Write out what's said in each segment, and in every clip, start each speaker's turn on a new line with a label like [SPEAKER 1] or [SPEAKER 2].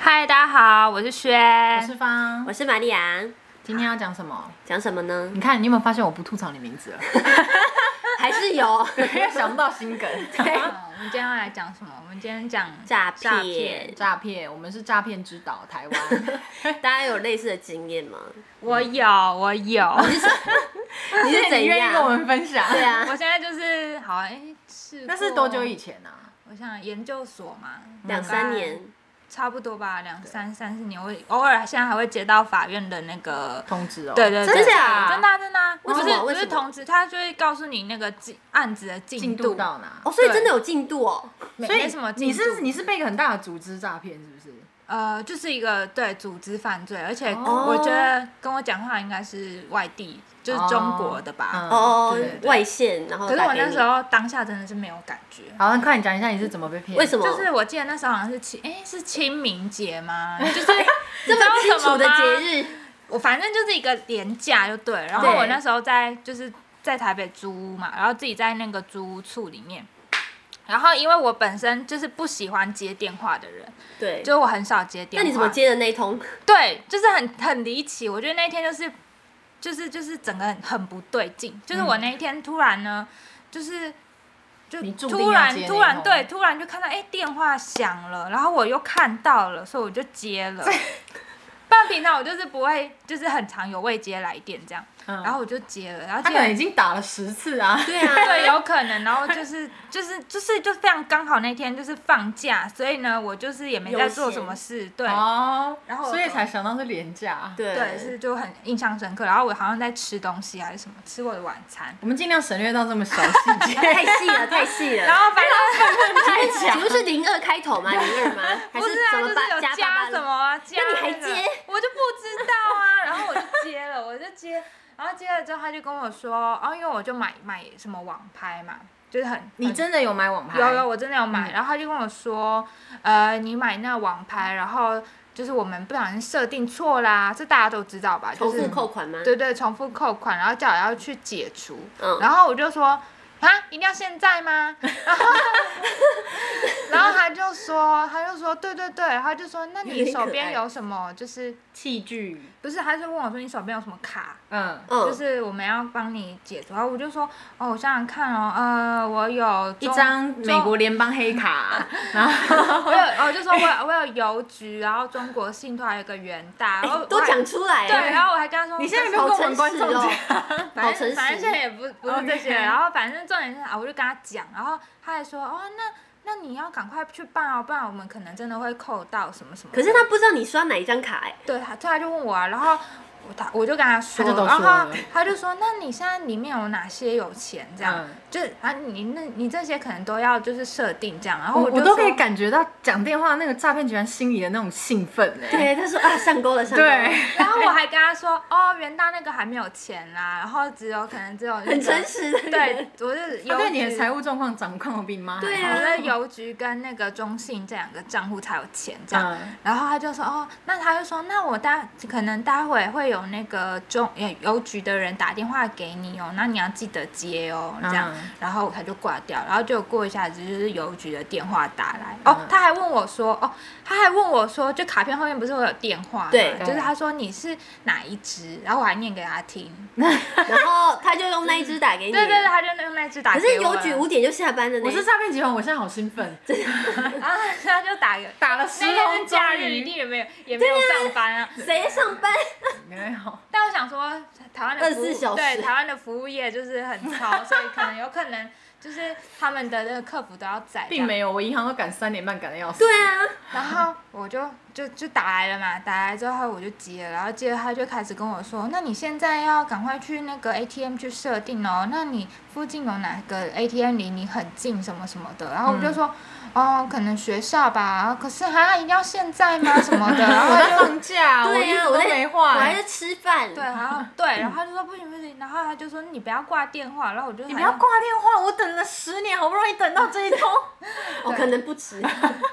[SPEAKER 1] 嗨，大家好，我是
[SPEAKER 2] 我
[SPEAKER 1] 轩，
[SPEAKER 2] 是方，
[SPEAKER 3] 我是玛丽安，
[SPEAKER 2] 今天要讲什么？
[SPEAKER 3] 讲什 么呢？
[SPEAKER 2] 你看，你有没有发现我不吐槽你名字了？
[SPEAKER 3] 还是有
[SPEAKER 2] 因为想不到心梗。
[SPEAKER 1] 嗯我们今天要来讲什么？我们今天讲
[SPEAKER 3] 诈骗
[SPEAKER 2] 诈骗， 诈骗，我们是诈骗之岛，台湾。
[SPEAKER 3] 大家有类似的经验吗？
[SPEAKER 1] 我有，我有，
[SPEAKER 3] 你是
[SPEAKER 2] 你
[SPEAKER 3] 怎
[SPEAKER 2] 愿意跟我
[SPEAKER 3] 样？
[SPEAKER 2] 们分享？
[SPEAKER 3] 对啊，
[SPEAKER 1] 我现在就是好，哎、是
[SPEAKER 2] 那是
[SPEAKER 1] 过
[SPEAKER 2] 多久以？前啊？
[SPEAKER 1] 我想研究所嘛，
[SPEAKER 3] 两三，年，
[SPEAKER 1] 差不多吧，两三三四年。我偶尔现在还会接到法院的那个，
[SPEAKER 2] 通知哦。
[SPEAKER 1] 对对对，
[SPEAKER 3] 真假
[SPEAKER 1] 真的啊、真的啊、
[SPEAKER 3] 为什
[SPEAKER 1] 不
[SPEAKER 3] 么
[SPEAKER 1] 是
[SPEAKER 3] 为
[SPEAKER 1] 不
[SPEAKER 3] 什
[SPEAKER 1] 是
[SPEAKER 3] 么
[SPEAKER 1] 通知，他就会告诉你那个进案子的进
[SPEAKER 2] 进度到哪？
[SPEAKER 3] 哦，所以
[SPEAKER 1] 对
[SPEAKER 3] 真的有进度哦。
[SPEAKER 1] 没
[SPEAKER 2] 所以
[SPEAKER 1] 没什么进
[SPEAKER 2] 你
[SPEAKER 1] 度
[SPEAKER 2] 是你是被一个很大的组织诈骗，是不是？
[SPEAKER 1] 呃，就是一个对组织犯罪，而且
[SPEAKER 2] 哦
[SPEAKER 1] 我觉得跟我讲话应该是外地，就是中国的吧。
[SPEAKER 2] 嗯
[SPEAKER 3] 哦
[SPEAKER 2] 对对，对
[SPEAKER 3] 外线，然后
[SPEAKER 1] 可是
[SPEAKER 3] 打
[SPEAKER 1] 我
[SPEAKER 3] 给
[SPEAKER 1] 那时
[SPEAKER 3] 你。
[SPEAKER 1] 候当下真的是没有感觉，
[SPEAKER 2] 好，那快点讲一下你是怎么被骗？
[SPEAKER 3] 为什么？
[SPEAKER 1] 就是我记得那时候好像是清，哎、是清明节吗？就是
[SPEAKER 3] 这
[SPEAKER 1] 知道
[SPEAKER 3] 么清
[SPEAKER 1] 什么
[SPEAKER 3] 楚的
[SPEAKER 1] 吗
[SPEAKER 3] 节日，
[SPEAKER 1] 我反正就是一个廉价就对了。然后
[SPEAKER 3] 对
[SPEAKER 1] 我那时候在就是在台北租屋嘛，然后自己在那个租屋处里面。然后因为我本身就是不喜欢接电话的人，
[SPEAKER 3] 对。
[SPEAKER 1] 就是我很少接电话。
[SPEAKER 3] 那你怎么接的那一通？
[SPEAKER 1] 对，就是很很离奇。我觉得那一天就是，就是就是整个很很不对劲。就是我那一天突然呢，就是就
[SPEAKER 2] 你注定
[SPEAKER 1] 突
[SPEAKER 2] 要
[SPEAKER 1] 然
[SPEAKER 2] 接那
[SPEAKER 1] 突
[SPEAKER 2] 一
[SPEAKER 1] 然
[SPEAKER 2] 通
[SPEAKER 1] 对，突然就看到哎、电话响了，然后我又看到了，所以我就接 了。不然平常我就是不会，就是很常有未接来电这样，
[SPEAKER 2] 嗯？
[SPEAKER 1] 然后我就接了，然后
[SPEAKER 2] 他
[SPEAKER 1] 接
[SPEAKER 2] 可能已
[SPEAKER 1] 了。
[SPEAKER 2] 经打了十次啊。
[SPEAKER 3] 对啊，
[SPEAKER 1] 对，有可能，然后就是就是就是就非常刚好那天就是放假，所以呢，我就是也没在
[SPEAKER 3] 悠
[SPEAKER 1] 做什
[SPEAKER 3] 闲
[SPEAKER 1] 么事，对，
[SPEAKER 2] 哦，
[SPEAKER 1] 然后我
[SPEAKER 2] 所以
[SPEAKER 1] 就
[SPEAKER 2] 才想到是廉价。
[SPEAKER 3] 对
[SPEAKER 1] 对，是就很印象深刻。然后我好像在吃东西还是什么，吃我的晚餐。
[SPEAKER 2] 我们尽量省略到这么小细 节。
[SPEAKER 3] 太细了，太细了。
[SPEAKER 1] 然后反正
[SPEAKER 3] 请问请问是零二 开头吗？零二吗？ 还
[SPEAKER 1] 不
[SPEAKER 3] 是
[SPEAKER 1] 是
[SPEAKER 3] 什
[SPEAKER 1] 啊，就
[SPEAKER 3] 么
[SPEAKER 1] 是
[SPEAKER 3] 八
[SPEAKER 1] 有
[SPEAKER 3] 加八
[SPEAKER 1] 加
[SPEAKER 3] 八
[SPEAKER 1] 什么啊加
[SPEAKER 3] 那你还
[SPEAKER 1] 个
[SPEAKER 3] 接
[SPEAKER 1] 我就不知道啊。然后我就接了，我就接，然后接了之后他就跟我说，哦，因为我就买买什么网拍嘛，就是很
[SPEAKER 2] 你
[SPEAKER 1] 很
[SPEAKER 2] 真的有买网拍？
[SPEAKER 1] 有有，我真的有
[SPEAKER 3] 嗯
[SPEAKER 1] 买。然后他就跟我说，呃，你买那网拍，然后就是我们不小心设定错啦，这大家都知道吧？就
[SPEAKER 3] 重
[SPEAKER 1] 是
[SPEAKER 3] 复扣款吗？
[SPEAKER 1] 对对，重复扣款，然后叫我要去解除，
[SPEAKER 3] 嗯
[SPEAKER 1] 然后我就说啊，一定要现在吗？然后，然后他就说，他就说，对对对，他就说，那
[SPEAKER 3] 有
[SPEAKER 1] 你
[SPEAKER 3] 点
[SPEAKER 1] 手
[SPEAKER 3] 可
[SPEAKER 1] 边
[SPEAKER 3] 爱
[SPEAKER 1] 有什么？就是
[SPEAKER 2] 器具，
[SPEAKER 1] 不是，他就问我说，你手边有什么卡？
[SPEAKER 2] 嗯，
[SPEAKER 3] 嗯，
[SPEAKER 1] 就是我们要帮你解除，然后我就说，哦，我想想看哦，呃，我有
[SPEAKER 2] 一
[SPEAKER 1] 中
[SPEAKER 2] 张美
[SPEAKER 1] 中
[SPEAKER 2] 国联邦黑卡，然后
[SPEAKER 1] 我有，我就说我有我有邮局，然后中国信托还有一个元大，然后
[SPEAKER 3] 哎
[SPEAKER 1] 我
[SPEAKER 3] 都
[SPEAKER 1] 还
[SPEAKER 3] 讲出来
[SPEAKER 1] 对，
[SPEAKER 3] 了，
[SPEAKER 1] 然后我还跟他说，
[SPEAKER 2] 你现在有没有
[SPEAKER 3] 好
[SPEAKER 2] 跟我
[SPEAKER 3] 诚
[SPEAKER 2] 们观
[SPEAKER 3] 实
[SPEAKER 2] 众
[SPEAKER 3] 哦
[SPEAKER 2] 讲，，
[SPEAKER 3] 好
[SPEAKER 1] 反
[SPEAKER 3] 诚
[SPEAKER 1] 正
[SPEAKER 3] 实。
[SPEAKER 1] 反正现在也不不是这些
[SPEAKER 2] OK
[SPEAKER 1] 然后反正重点是啊，我就跟他讲，然后他还说哦，那那你要赶快去办哦，不然我们可能真的会扣到什么什么的。
[SPEAKER 3] 可是他不知道你刷哪一张卡哎。
[SPEAKER 1] 对他，他就问我啊，然后我他我就跟他说，
[SPEAKER 2] 他就都
[SPEAKER 1] 然
[SPEAKER 2] 说
[SPEAKER 1] 后
[SPEAKER 2] 了
[SPEAKER 1] 他就说，那你现在里面有哪些有钱这样？
[SPEAKER 2] 嗯
[SPEAKER 1] 就是啊，你那你这些可能都要就是设定这样，然后
[SPEAKER 2] 我
[SPEAKER 1] 就
[SPEAKER 2] 我都可以感觉到讲电话那个诈骗集团心里的那种兴奋呢。欸
[SPEAKER 3] 对，他说啊，上钩了，上钩了。
[SPEAKER 2] 对，
[SPEAKER 1] 说。然后我还跟他说，哦，元大那个还没有钱啦，然后只有可能只有、那个、
[SPEAKER 3] 很诚，实的人。
[SPEAKER 1] 对，我就是
[SPEAKER 2] 他
[SPEAKER 1] 有
[SPEAKER 2] 对你的财务状况掌控得比你妈还好
[SPEAKER 3] 对啊
[SPEAKER 1] 好像邮局跟那个中信这两个账户才有钱这样。
[SPEAKER 2] 嗯，
[SPEAKER 1] 然后他就说哦，那他就说那我待可能待会会有那个中呃邮局的人打电话给你哦，那你要记得接哦这样。
[SPEAKER 2] 嗯
[SPEAKER 1] 然后他就挂掉，然后就过一下子就是邮局的电话打来
[SPEAKER 3] 嗯
[SPEAKER 1] 哦，他还问我说哦，他还问我说就卡片后面不是会有电话吗
[SPEAKER 3] 对
[SPEAKER 1] 就是他说你是哪一支，然后我还念给他听，
[SPEAKER 3] 嗯然后他就用那一只打给你。
[SPEAKER 1] 对对对，。他就用那支打
[SPEAKER 3] 可
[SPEAKER 1] 给
[SPEAKER 3] 是
[SPEAKER 1] 我
[SPEAKER 3] 邮
[SPEAKER 1] 了
[SPEAKER 3] 局五点就下班了呢。
[SPEAKER 2] 我是诈骗集团，我现在好兴 奋，
[SPEAKER 1] 然后他就打个
[SPEAKER 2] 打了十通
[SPEAKER 1] 那天是假
[SPEAKER 2] 终
[SPEAKER 1] 日
[SPEAKER 2] 于
[SPEAKER 1] 一定也没有也没有上班啊。
[SPEAKER 3] 谁 上班？
[SPEAKER 2] 没有，
[SPEAKER 1] 但我想说，台湾的服务
[SPEAKER 3] 24小时
[SPEAKER 1] 对台湾的服务业就是很超，所以可能有可能就是他们的那个客服都要宰。
[SPEAKER 2] 并。没有，我银行都赶三点半赶的要死。
[SPEAKER 3] 对啊，
[SPEAKER 1] 然后我就就就打来了嘛，打来之后我就接了，然后接着他就开始跟我说，那你现在要赶快去那个 ATM 去设定哦，那你附近有哪个 ATM 离你很近什么什么的，然后我
[SPEAKER 2] 嗯
[SPEAKER 1] 就说。哦，可能学校吧，可是哈，一定要现在吗？什么的，然后
[SPEAKER 2] 我
[SPEAKER 1] 他
[SPEAKER 2] 在
[SPEAKER 1] 就
[SPEAKER 2] 放假，啊我
[SPEAKER 3] 对
[SPEAKER 2] 衣
[SPEAKER 3] 呀、
[SPEAKER 2] 服
[SPEAKER 3] 我
[SPEAKER 2] 都
[SPEAKER 3] 在
[SPEAKER 2] 没
[SPEAKER 3] 我还
[SPEAKER 2] 换，
[SPEAKER 3] 在吃饭。
[SPEAKER 1] 对，然后对，然后他就说不行不行，然后他就说你不要挂电话，然后我就
[SPEAKER 2] 你
[SPEAKER 1] 你
[SPEAKER 2] 不要挂电话，我等了十年，好不容易等到这一通。
[SPEAKER 3] 我哦可能不吃。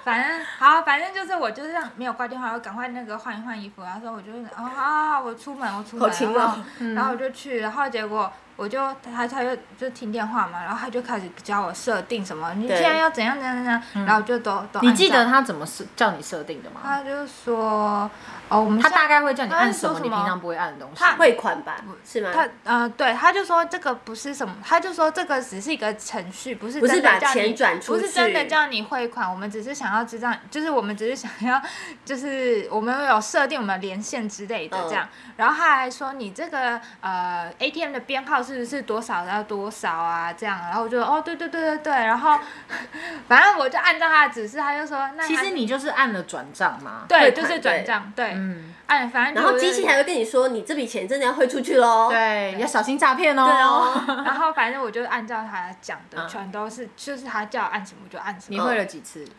[SPEAKER 1] 反正好，反正就是我就是让没有挂电话，我赶快那个换一换衣服，然后说我就是哦好好好，我出门我出门，
[SPEAKER 3] 好勤
[SPEAKER 1] 然后
[SPEAKER 3] 劳
[SPEAKER 1] 然后我就去，然后结果我就他他就就听电话嘛，然后他就开始教我设定什么，你
[SPEAKER 3] 对
[SPEAKER 1] 现在要怎样怎样怎样，然后我就都都
[SPEAKER 2] 你记
[SPEAKER 1] 按
[SPEAKER 2] 得
[SPEAKER 1] 照
[SPEAKER 2] 他怎么设叫你设定的吗？
[SPEAKER 1] 他就说哦我们
[SPEAKER 2] 他
[SPEAKER 1] 现在
[SPEAKER 2] 大概会叫你
[SPEAKER 1] 他是
[SPEAKER 2] 按什
[SPEAKER 1] 说
[SPEAKER 2] 么
[SPEAKER 1] 什
[SPEAKER 2] 你
[SPEAKER 1] 么
[SPEAKER 2] 平常不会按的东西。
[SPEAKER 1] 他
[SPEAKER 3] 汇款 吧，是吗？
[SPEAKER 1] 他呃，对，他就说这个不是什么，他就说这个只是一个程序，不是
[SPEAKER 3] 不是
[SPEAKER 1] 真的
[SPEAKER 3] 把
[SPEAKER 1] 叫
[SPEAKER 3] 钱
[SPEAKER 1] 你
[SPEAKER 3] 转出
[SPEAKER 1] 不是真的
[SPEAKER 3] 去
[SPEAKER 1] 叫你汇款，我们只是想要知道，就是我们只是想要，就是我们有设定我们连线之类的
[SPEAKER 3] 嗯
[SPEAKER 1] 这样。然后他还说你这个呃 ATM 的编号是不是多少到多少啊？这样，然后我就哦对对对对对，然后反正我就按照他的指示，他就说那
[SPEAKER 2] 其
[SPEAKER 1] 他
[SPEAKER 2] 实你就是按了转账嘛。
[SPEAKER 1] 对
[SPEAKER 3] 汇
[SPEAKER 1] 就
[SPEAKER 3] 款
[SPEAKER 1] 是转
[SPEAKER 3] 对
[SPEAKER 1] 账对，
[SPEAKER 2] 嗯，
[SPEAKER 1] 哎反正
[SPEAKER 3] 然
[SPEAKER 1] 就
[SPEAKER 3] 后机
[SPEAKER 1] 是
[SPEAKER 3] 器还会跟你说，你这笔钱真的要汇出去喽。
[SPEAKER 2] 对，要小心诈骗哦。
[SPEAKER 3] 对哦，
[SPEAKER 1] 然后反正我就按照他讲的，
[SPEAKER 2] 嗯
[SPEAKER 1] 全都是就是他叫我按什么我就按什
[SPEAKER 2] 你
[SPEAKER 1] 么。
[SPEAKER 2] 会了几次？
[SPEAKER 1] 嗯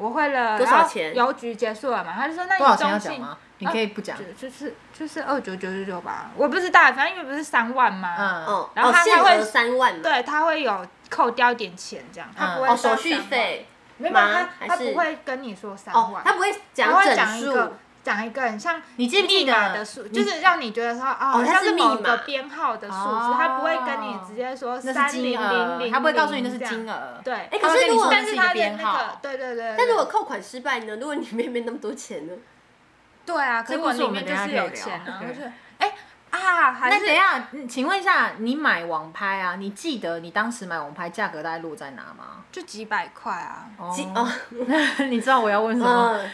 [SPEAKER 1] 我会了
[SPEAKER 3] 多少
[SPEAKER 1] 然后
[SPEAKER 3] 钱
[SPEAKER 1] 邮局结束了嘛，他就说那你
[SPEAKER 2] 多少钱要
[SPEAKER 1] 中
[SPEAKER 2] 讲
[SPEAKER 1] 信
[SPEAKER 2] 吗？你可以不讲
[SPEAKER 1] 就。就是就是二九九九九吧，我不知道，反正因为不是三万嘛，
[SPEAKER 2] 嗯，
[SPEAKER 3] 哦，
[SPEAKER 1] 然后
[SPEAKER 3] 哦
[SPEAKER 1] 他
[SPEAKER 3] 限
[SPEAKER 1] 他会
[SPEAKER 3] 额三万嘛，
[SPEAKER 1] 对，他会有扣掉一点钱这样，他不会
[SPEAKER 2] 嗯
[SPEAKER 1] 到
[SPEAKER 3] 哦，手续
[SPEAKER 1] 3万，
[SPEAKER 3] 费
[SPEAKER 1] 没有
[SPEAKER 3] 吗
[SPEAKER 1] 他他
[SPEAKER 3] 还是
[SPEAKER 1] 不会跟你说三
[SPEAKER 3] 哦
[SPEAKER 1] 万，，
[SPEAKER 3] 他不会
[SPEAKER 1] 他会
[SPEAKER 3] 整
[SPEAKER 1] 讲一
[SPEAKER 3] 数，
[SPEAKER 1] 个讲一个很像
[SPEAKER 2] 你记不记
[SPEAKER 1] 密码
[SPEAKER 2] 得
[SPEAKER 1] 的数，就是让你觉得说哦，好
[SPEAKER 3] 它
[SPEAKER 1] 像
[SPEAKER 3] 是密
[SPEAKER 1] 某
[SPEAKER 3] 码
[SPEAKER 1] 个编号的数字
[SPEAKER 2] 哦，
[SPEAKER 1] 他不会跟你直接说
[SPEAKER 2] 那
[SPEAKER 1] 三
[SPEAKER 2] 是
[SPEAKER 1] 零
[SPEAKER 2] 金
[SPEAKER 1] 零
[SPEAKER 2] 额，
[SPEAKER 1] 零，
[SPEAKER 2] 他不会告诉你那是
[SPEAKER 1] 这样
[SPEAKER 2] 金额。
[SPEAKER 1] 对，哦
[SPEAKER 3] 哎
[SPEAKER 2] 他
[SPEAKER 3] 可
[SPEAKER 2] 会
[SPEAKER 3] 是
[SPEAKER 2] 跟
[SPEAKER 3] 如
[SPEAKER 2] 你
[SPEAKER 3] 果
[SPEAKER 2] 说
[SPEAKER 1] 但
[SPEAKER 2] 这
[SPEAKER 1] 是
[SPEAKER 2] 一
[SPEAKER 1] 他
[SPEAKER 2] 个
[SPEAKER 1] 的
[SPEAKER 2] 编
[SPEAKER 1] 那个
[SPEAKER 2] 号，。
[SPEAKER 1] 对对对，
[SPEAKER 3] 但如果扣款失败呢？如果里面没那么多 钱呢？
[SPEAKER 1] 对啊，可
[SPEAKER 2] 这
[SPEAKER 1] 是
[SPEAKER 2] 故
[SPEAKER 1] 我
[SPEAKER 2] 事
[SPEAKER 1] 里
[SPEAKER 2] 我
[SPEAKER 1] 面
[SPEAKER 2] 们
[SPEAKER 1] 就
[SPEAKER 2] 等一下
[SPEAKER 1] 是
[SPEAKER 2] 可以
[SPEAKER 1] 有
[SPEAKER 2] 聊
[SPEAKER 1] 钱啊，
[SPEAKER 2] 对
[SPEAKER 1] 我就哎啊，还
[SPEAKER 2] 那等一
[SPEAKER 1] 是
[SPEAKER 2] 下，嗯请问一下，你买网拍啊？你记得你当时买网拍价格大概落在哪吗？
[SPEAKER 1] 就几百块啊，
[SPEAKER 3] 几
[SPEAKER 2] 哦
[SPEAKER 3] 哦，
[SPEAKER 2] 你知道我要问什么？
[SPEAKER 3] 嗯，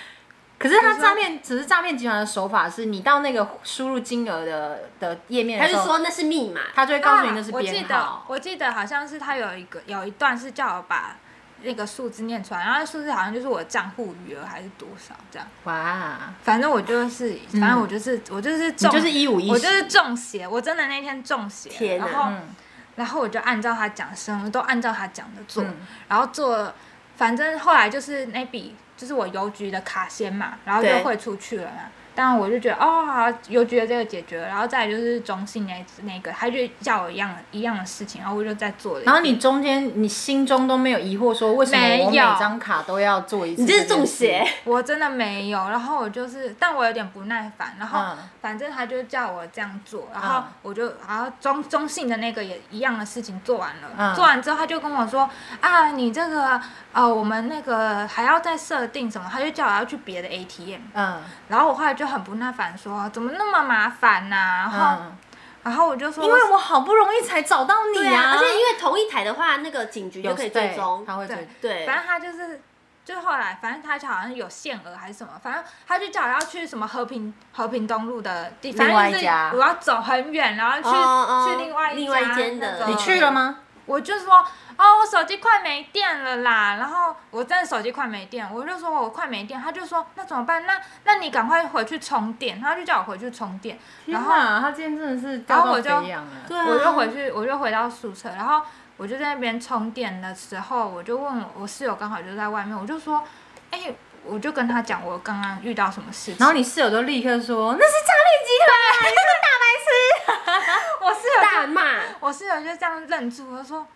[SPEAKER 2] 可是他
[SPEAKER 1] 你说
[SPEAKER 2] 诈骗，只是诈骗集团的手法是，你到那个输入金额的的页面
[SPEAKER 3] 他
[SPEAKER 2] 的
[SPEAKER 3] 就
[SPEAKER 2] 时候，
[SPEAKER 3] 说那是密码，
[SPEAKER 2] 他就会告诉你那
[SPEAKER 1] 啊
[SPEAKER 2] 是
[SPEAKER 1] 我记
[SPEAKER 2] 编
[SPEAKER 1] 得
[SPEAKER 2] 号。
[SPEAKER 1] 我记得好像是他有一个有一段是叫我把那个数字念出来，然后数字好像就是我的账户余额还是多少这样，
[SPEAKER 2] 哇，
[SPEAKER 1] 反正我就是反正我就是我就是
[SPEAKER 2] 嗯你
[SPEAKER 1] 中
[SPEAKER 2] 就是一五一
[SPEAKER 1] 我
[SPEAKER 2] 十，
[SPEAKER 1] 就是中邪，我真的那天中邪，
[SPEAKER 3] 天哪
[SPEAKER 1] 然后
[SPEAKER 2] 嗯
[SPEAKER 1] 然后我就按照他讲的，什么都按照他讲的做，
[SPEAKER 2] 嗯
[SPEAKER 1] 然后做了，反正后来就是那笔就是我邮局的卡先嘛，然后就
[SPEAKER 3] 对
[SPEAKER 1] 汇出去了嘛。当然我就觉得哦好，邮局的这个解决了，然后再来就是中信那那个，他就叫我一样的一样的事情，然后我就再做了一遍。
[SPEAKER 2] 然后你中间你心中都没有疑惑，说为什
[SPEAKER 1] 没
[SPEAKER 2] 么我每
[SPEAKER 1] 有
[SPEAKER 2] 张卡都要做一次？
[SPEAKER 3] 你这是中邪，，
[SPEAKER 1] 我真的没有，然后我就是，但我有点不耐烦，然后
[SPEAKER 2] 嗯
[SPEAKER 1] 反正他就叫我这样做，然后
[SPEAKER 2] 嗯
[SPEAKER 1] 我就，然后中中性的那个也一样的事情做完了，
[SPEAKER 2] 嗯
[SPEAKER 1] 做完之后他就跟我说啊，你这个呃，我们那个还要再设定什么，他就叫我要去别的 ATM，
[SPEAKER 2] 嗯
[SPEAKER 1] 然后我后来就很不耐烦说，怎么那么麻烦呐、然后、
[SPEAKER 2] 嗯，
[SPEAKER 1] 然后我就说，
[SPEAKER 2] 因为我好不容易才找到你
[SPEAKER 3] 对啊，而且
[SPEAKER 2] 为
[SPEAKER 3] 因为同一台的话，那个警局就可以追踪，
[SPEAKER 2] 他会
[SPEAKER 1] 对
[SPEAKER 2] 追。
[SPEAKER 3] 对，
[SPEAKER 1] 反正他就是，就后来反正他好像有限额还是什么，反正他就叫我要去什么和平和平东路的地，反
[SPEAKER 2] 另
[SPEAKER 1] 正
[SPEAKER 2] 外一
[SPEAKER 1] 就是
[SPEAKER 2] 家
[SPEAKER 1] 我要走很远，然后去、
[SPEAKER 3] 哦哦
[SPEAKER 1] 去另外一
[SPEAKER 3] 另外一间
[SPEAKER 1] 那
[SPEAKER 3] 的
[SPEAKER 1] 种
[SPEAKER 2] 你去了吗？
[SPEAKER 1] 我就说哦，我手机快没电了啦，然后我真的手机快没电，我就说我快没电，他就说那怎么办？那那你赶快回去充电，他就叫我回去充电，然后
[SPEAKER 2] 天哪他今天真的是
[SPEAKER 1] 嗯然后
[SPEAKER 2] 掉
[SPEAKER 1] 我
[SPEAKER 2] 到
[SPEAKER 1] 就
[SPEAKER 2] 飞扬了。
[SPEAKER 3] 对啊，
[SPEAKER 1] 我就回去，我就回到宿舍，然后我就在那边充电的时候，我就问我我室友刚好就在外面，我就说，哎、我就跟他讲我刚刚遇到什么事情，
[SPEAKER 2] 然后你室友就立刻说：“那是诈骗集团。
[SPEAKER 1] 我室友
[SPEAKER 3] 大骂，
[SPEAKER 1] 我室友就这样愣住，我说，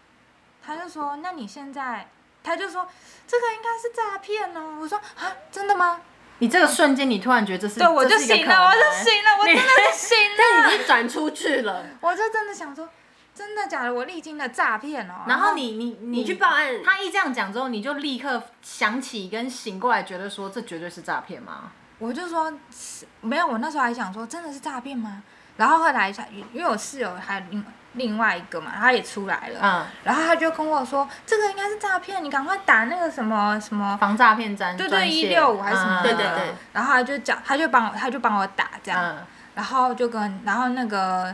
[SPEAKER 1] 他就说，那你现在，他就说这个应该是诈骗哦，我说啊，真的吗？”
[SPEAKER 2] 你这个瞬间，你突然觉得这是
[SPEAKER 1] 对，我就
[SPEAKER 2] 这是一个
[SPEAKER 1] 醒
[SPEAKER 2] 可
[SPEAKER 1] 了，
[SPEAKER 2] 能啊
[SPEAKER 1] 我就醒了，我真的是醒
[SPEAKER 3] 但你
[SPEAKER 1] 了，
[SPEAKER 3] 已经转出去了，
[SPEAKER 1] 我就真的想说，真的假的？我历经了诈骗哦，
[SPEAKER 2] 然后你你你
[SPEAKER 3] 你去报案，
[SPEAKER 2] 他一这样讲之后，你就立刻想起跟醒过来，觉得说这绝对是诈骗吗？
[SPEAKER 1] 我就说是没有，我那时候还想说真的是诈骗吗？然后后来才因为我室友还有另另外一个嘛，他也出来了，
[SPEAKER 2] 嗯，
[SPEAKER 1] 然后他就跟我说这个应该是诈骗，你赶快打那个什么什么，
[SPEAKER 2] 防诈骗专
[SPEAKER 1] 对对
[SPEAKER 2] 专
[SPEAKER 1] 一
[SPEAKER 2] 线
[SPEAKER 1] 六五还是什么的，
[SPEAKER 2] 嗯
[SPEAKER 3] 对对对
[SPEAKER 1] 然后他就讲，他就帮我，他就帮我打这样，
[SPEAKER 2] 嗯，
[SPEAKER 1] 然后就跟然后那个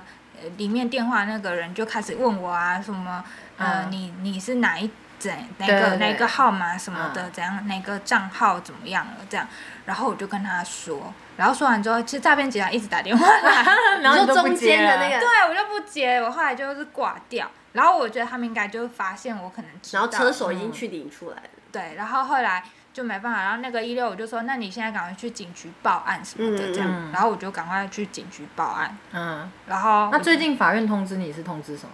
[SPEAKER 1] 呃里面电话那个人就开始问我啊什么，呃、
[SPEAKER 2] 嗯
[SPEAKER 1] 你你是哪一怎哪
[SPEAKER 2] 对
[SPEAKER 1] 个
[SPEAKER 2] 对对
[SPEAKER 1] 哪个号码什么的，
[SPEAKER 2] 嗯
[SPEAKER 1] 怎样哪个账号怎么样了这样，然后我就跟他说，然后说完之后，其实诈骗集团一直打电话 来，
[SPEAKER 2] 然后
[SPEAKER 3] 你
[SPEAKER 2] 你
[SPEAKER 3] 说
[SPEAKER 2] 都不
[SPEAKER 3] 中
[SPEAKER 2] 接
[SPEAKER 3] 间的
[SPEAKER 2] 了
[SPEAKER 3] 那个，
[SPEAKER 1] 对我就不接，我后来就是挂掉。然后我觉得他们应该就发现我可能知
[SPEAKER 3] 然
[SPEAKER 1] 道，嗯
[SPEAKER 3] 后车手已经去领出来了，
[SPEAKER 1] 对，然后后来就没办法，然后那个一六我就说，那你现在赶快去警局报案什么的这样，
[SPEAKER 2] 嗯嗯嗯
[SPEAKER 1] 然后我就赶快去警局报案，
[SPEAKER 2] 嗯，
[SPEAKER 1] 然后
[SPEAKER 2] 那最近法院通知你是通知什么？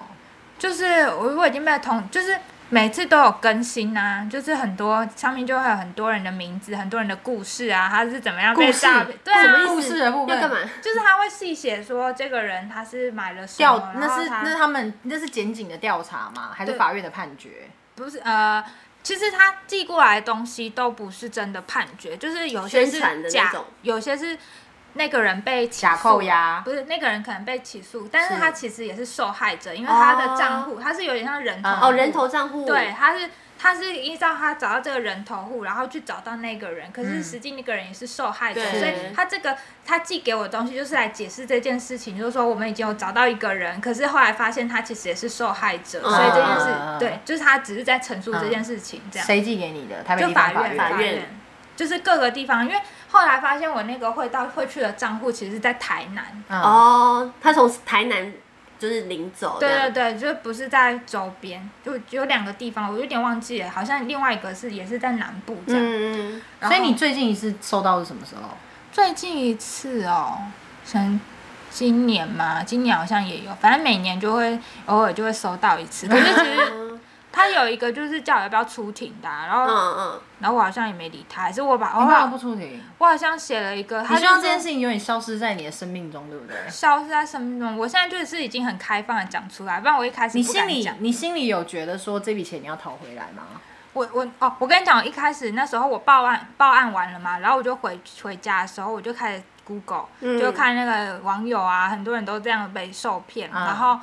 [SPEAKER 1] 就是我我已经被通，就是每次都有更新啊，就是很多上面就会有很多人的名字、很多人的故事啊，他是怎么样被
[SPEAKER 2] 故事
[SPEAKER 1] 诈骗？对啊，
[SPEAKER 2] 什么意
[SPEAKER 3] 思
[SPEAKER 2] 故事的部分
[SPEAKER 3] 要干嘛？
[SPEAKER 1] 就是他会细写说这个人他是买了什么，
[SPEAKER 2] 调
[SPEAKER 1] 哦然
[SPEAKER 2] 那
[SPEAKER 1] 后
[SPEAKER 2] 是
[SPEAKER 1] 他
[SPEAKER 2] 那是他们那是检警的调查吗？还是
[SPEAKER 1] 对
[SPEAKER 2] 法院的判决？
[SPEAKER 1] 不是呃，其实他寄过来的东西都不是真的判决，就是有些是
[SPEAKER 3] 宣传的那
[SPEAKER 1] 假
[SPEAKER 3] 种，
[SPEAKER 1] 有些是那个人被起诉
[SPEAKER 2] 假扣押
[SPEAKER 1] 不是那个人可能被起诉，但是
[SPEAKER 2] 是哦
[SPEAKER 1] 他其实也是受害者，因为他的账户、他是有点像人头
[SPEAKER 2] 嗯
[SPEAKER 1] 户
[SPEAKER 3] 哦，人头账户，
[SPEAKER 1] 对，，他是他是依照他找到这个人头户，然后去找到那个人，可是实际那个人也是受害者，
[SPEAKER 3] 对
[SPEAKER 1] 所以他这个他寄给我的东西就是来解释这件事情，就是说我们已经有找到一个人，可是后来发现他其实也是受害者，
[SPEAKER 3] 嗯
[SPEAKER 1] 所以这件事、
[SPEAKER 2] 嗯嗯嗯
[SPEAKER 1] 对，就是他只是在陈述这件事情，这样
[SPEAKER 2] 谁寄给你的？台北
[SPEAKER 1] 就
[SPEAKER 2] 地方
[SPEAKER 1] 法院
[SPEAKER 2] 院。
[SPEAKER 3] 法院
[SPEAKER 1] 院。就是各个地方，因为后来发现我那个会到会去的账户，其实在台南。
[SPEAKER 2] 嗯，
[SPEAKER 3] 哦，他从台南就是领走，
[SPEAKER 1] 对对，对，就是不是在周边，就有两个地方，我有点忘记了，好像另外一个是也是在南部这样。
[SPEAKER 3] 嗯，嗯
[SPEAKER 1] 然
[SPEAKER 2] 所
[SPEAKER 1] 后
[SPEAKER 2] 以你最近一次收到是什么时候？
[SPEAKER 1] 最近一次哦，像今年嘛，今年好像也有，反正每年就会偶尔就会收到一次。可是 其实
[SPEAKER 3] 嗯
[SPEAKER 1] 他有一个就是叫我要不要出庭的啊、然
[SPEAKER 3] 嗯
[SPEAKER 1] 后、
[SPEAKER 3] 嗯，
[SPEAKER 1] 然后我好像也没理他，还是我把
[SPEAKER 2] 你
[SPEAKER 1] 我
[SPEAKER 2] 为什么
[SPEAKER 1] 好
[SPEAKER 2] 不出庭？
[SPEAKER 1] 我好像写了一个，
[SPEAKER 2] 你
[SPEAKER 1] 他
[SPEAKER 2] 希
[SPEAKER 1] 就
[SPEAKER 2] 望这件
[SPEAKER 1] 是
[SPEAKER 2] 事情永远消失在你的生命中，对不对？
[SPEAKER 1] 消失在生命中。我现在就是已经很开放的讲出来，不然我一开始
[SPEAKER 2] 你
[SPEAKER 1] 不
[SPEAKER 2] 心
[SPEAKER 1] 敢
[SPEAKER 2] 里
[SPEAKER 1] 讲。
[SPEAKER 2] 你心里有觉得说这笔钱你要讨回来吗？
[SPEAKER 1] 我我哦，我跟你讲，我一开始那时候我报案报案完了嘛，然后我就回回家的时候，我就开始 Google，、
[SPEAKER 3] 嗯
[SPEAKER 1] 就看那个网友啊，很多人都这样被受骗，
[SPEAKER 3] 啊
[SPEAKER 2] 嗯
[SPEAKER 1] 然后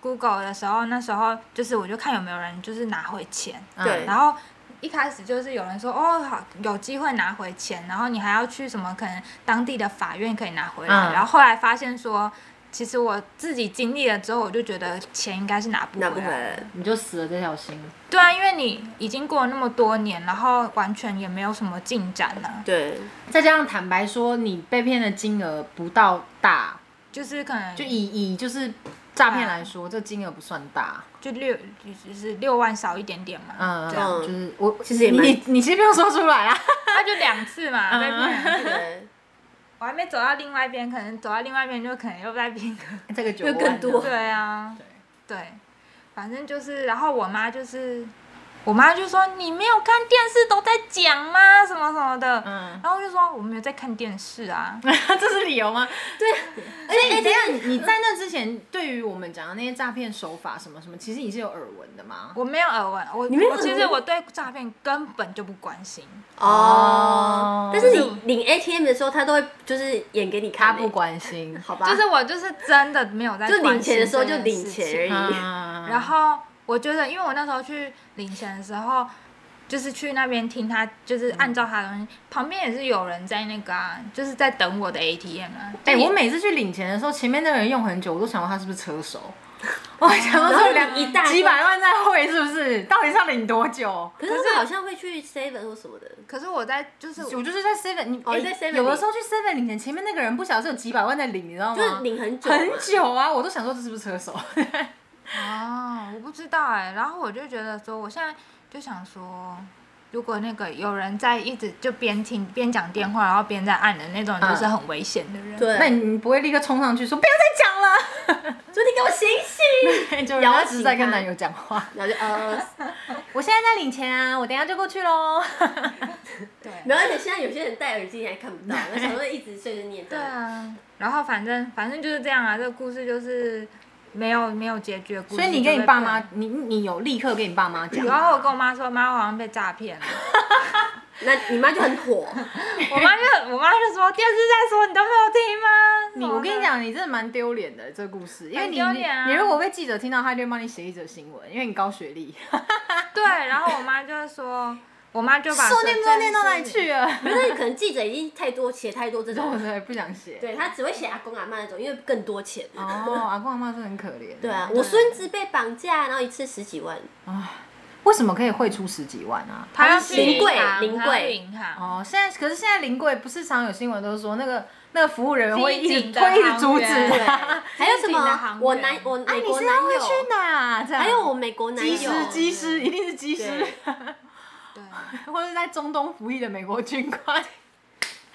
[SPEAKER 1] Google 的时候，那时候就是我就看有没有人就是拿回钱，啊
[SPEAKER 3] 对
[SPEAKER 1] 然后。一开始就是有人说哦，好有机会拿回钱，然后你还要去什么可能当地的法院可以拿回来，
[SPEAKER 3] 啊
[SPEAKER 2] 嗯
[SPEAKER 1] 然后后来发现说，其实我自己经历了之后，我就觉得钱应该是拿不
[SPEAKER 3] 拿不
[SPEAKER 1] 回
[SPEAKER 3] 回
[SPEAKER 1] 来
[SPEAKER 3] 来了，
[SPEAKER 2] 你就死了这条心。
[SPEAKER 1] 对啊，因为你已经过了那么多年，然后完全也没有什么进展了、
[SPEAKER 3] 对，
[SPEAKER 2] 再加上坦白说，你被骗的金额不到大，
[SPEAKER 1] 就是可能
[SPEAKER 2] 就
[SPEAKER 1] 就
[SPEAKER 2] 以以就是诈骗来说，这金额不算大。
[SPEAKER 1] 就六就是六万少一点点嘛，
[SPEAKER 2] 嗯，
[SPEAKER 1] 这样
[SPEAKER 3] 嗯
[SPEAKER 2] 就是我
[SPEAKER 3] 其实也
[SPEAKER 2] 你
[SPEAKER 3] 蛮
[SPEAKER 2] 你 你其实不用说出来啊。
[SPEAKER 1] 他就两次
[SPEAKER 3] 嗯
[SPEAKER 1] 嘛，被骗两次。
[SPEAKER 3] 对，
[SPEAKER 1] 我还没走到另外一边，可能走到另外一边就可能又被骗个。
[SPEAKER 2] 这个九
[SPEAKER 3] 又更多
[SPEAKER 1] 对啊，
[SPEAKER 2] 对
[SPEAKER 1] 对，反正就是，然后我妈就是，我妈就说你没有看电视都在讲吗？什么什么的。
[SPEAKER 2] 嗯，
[SPEAKER 1] 然后我就说我没有在看电视啊，
[SPEAKER 2] 这是理由吗？对，而且等一下你你在那之前，对于我们讲的那些诈骗手法什么什么，其实你是有耳闻的吗？
[SPEAKER 1] 我没有耳闻，我
[SPEAKER 3] 你没有
[SPEAKER 1] 我其
[SPEAKER 3] 耳
[SPEAKER 1] 实
[SPEAKER 3] 闻
[SPEAKER 1] 我对诈骗根本就不关心。
[SPEAKER 3] 哦
[SPEAKER 2] 哦，
[SPEAKER 3] 但是你领 ATM 的时候，他都会就是演给你
[SPEAKER 2] 他
[SPEAKER 3] 看欸，
[SPEAKER 2] 不关心，
[SPEAKER 3] 好吧，
[SPEAKER 1] 就是我就是真的没有在
[SPEAKER 3] 就
[SPEAKER 1] 关
[SPEAKER 3] 领
[SPEAKER 1] 心
[SPEAKER 3] 钱的时候
[SPEAKER 1] 这
[SPEAKER 3] 就
[SPEAKER 1] 件
[SPEAKER 3] 领
[SPEAKER 1] 事
[SPEAKER 3] 钱
[SPEAKER 1] 情
[SPEAKER 3] 而已
[SPEAKER 2] 嗯
[SPEAKER 1] 然后我觉得，因为我那时候去领钱的时候，就是去那边听他，就是按照他的东西，旁边也是有人在那个啊，就是在等我的 ATM 啊。
[SPEAKER 2] 哎、
[SPEAKER 1] 就也
[SPEAKER 2] 我每次去领钱的时候，前面那个人用很久，我都想说他是不是车手。我还想说
[SPEAKER 3] 然后
[SPEAKER 2] 这
[SPEAKER 3] 你
[SPEAKER 2] 两
[SPEAKER 3] 一大
[SPEAKER 2] 几
[SPEAKER 3] 堆
[SPEAKER 2] 百万在汇是不是？到底是要领多久？
[SPEAKER 3] 可是他们好像会去 seven 或什么的，
[SPEAKER 1] 可是我在就是
[SPEAKER 2] 我就是在 seven，你、
[SPEAKER 3] 哦
[SPEAKER 2] 哎
[SPEAKER 3] 你在 7-Eleven
[SPEAKER 2] 有的时候去 seven 领钱，前面那个人不晓得是有几百万在领，你知道吗？
[SPEAKER 3] 就是领很久嘛，
[SPEAKER 2] 哦很久啊，我都想说这是不是车手？
[SPEAKER 1] 哦，我不知道哎、然后我就觉得说，我现在就想说。如果那个有人在一直就边听边讲电话，然后边在按的那种，就是
[SPEAKER 2] 嗯
[SPEAKER 1] 很危险的人。
[SPEAKER 3] 对，啊
[SPEAKER 2] 那你你不会立刻冲上去说不要
[SPEAKER 3] 就你给我醒醒，
[SPEAKER 2] 再讲了？ 就人
[SPEAKER 3] 摇
[SPEAKER 2] 家
[SPEAKER 3] 醒
[SPEAKER 2] 只是在跟
[SPEAKER 3] 他
[SPEAKER 2] 男友讲话。
[SPEAKER 3] 然后就呃，
[SPEAKER 2] 我现在在领钱啊，我等一下就过去喽。
[SPEAKER 1] 对
[SPEAKER 3] 然后而且现在有些人戴耳机你还看不到，那小时候一直碎碎念，
[SPEAKER 1] 对，啊，然后反正反正就是这样啊，这个故事就是没有没有结局的故事。
[SPEAKER 2] 所以你
[SPEAKER 1] 就
[SPEAKER 2] 跟你
[SPEAKER 1] 被
[SPEAKER 2] 爸
[SPEAKER 1] 骗
[SPEAKER 2] 妈，你你有立刻跟你爸妈讲吗？
[SPEAKER 1] 然后我跟我妈说，妈，我好像被诈骗了。
[SPEAKER 3] 那你妈就很火，
[SPEAKER 1] 我妈就我妈就说电视在说，你都没有听吗？
[SPEAKER 2] 你我跟你，讲，你真的蛮丢脸的这故事，因为
[SPEAKER 1] 很
[SPEAKER 2] 你、
[SPEAKER 1] 丢脸啊
[SPEAKER 2] 你如果被记者听到，他就会帮你写一则新闻，因为你高学 历，
[SPEAKER 1] 对，然后我妈就说，我妈就把
[SPEAKER 2] 受念
[SPEAKER 1] 这
[SPEAKER 2] 不
[SPEAKER 1] 件
[SPEAKER 2] 知道念到哪里
[SPEAKER 1] 事
[SPEAKER 2] 去了，
[SPEAKER 3] 可是可能记者已经太多写太多这
[SPEAKER 2] 对
[SPEAKER 3] 种
[SPEAKER 2] 不
[SPEAKER 3] 了，
[SPEAKER 2] 对？不想写。
[SPEAKER 3] 对他只会写阿公阿妈那种，因为更多钱。
[SPEAKER 2] 哦，阿公阿妈真的很可怜。
[SPEAKER 3] 对啊，我孙子被绑架，然后一次十几万，
[SPEAKER 2] 为什么可以汇出十几万啊？
[SPEAKER 1] 她要
[SPEAKER 2] 是
[SPEAKER 1] 去
[SPEAKER 3] 临
[SPEAKER 1] 银
[SPEAKER 3] 柜
[SPEAKER 1] 行
[SPEAKER 3] 临
[SPEAKER 1] 她
[SPEAKER 3] 柜
[SPEAKER 1] 要去银行，
[SPEAKER 2] 哦，现在可是现在临柜不是常有新闻都是说那个那个服务人员会一
[SPEAKER 1] 机
[SPEAKER 2] 直
[SPEAKER 1] 警的
[SPEAKER 2] 会一直阻止
[SPEAKER 1] 行员
[SPEAKER 3] 对，
[SPEAKER 2] 他，
[SPEAKER 3] 还有什
[SPEAKER 1] 自己的行员
[SPEAKER 3] 么我男我美
[SPEAKER 2] 啊你
[SPEAKER 3] 国
[SPEAKER 2] 是
[SPEAKER 3] 男
[SPEAKER 2] 要会
[SPEAKER 3] 友，
[SPEAKER 2] 去哪？这样
[SPEAKER 3] 还有我美国男
[SPEAKER 2] 机
[SPEAKER 3] 友，
[SPEAKER 2] 师机师一定是机师，
[SPEAKER 1] 对，
[SPEAKER 2] 或者是在中东服役的美国军官。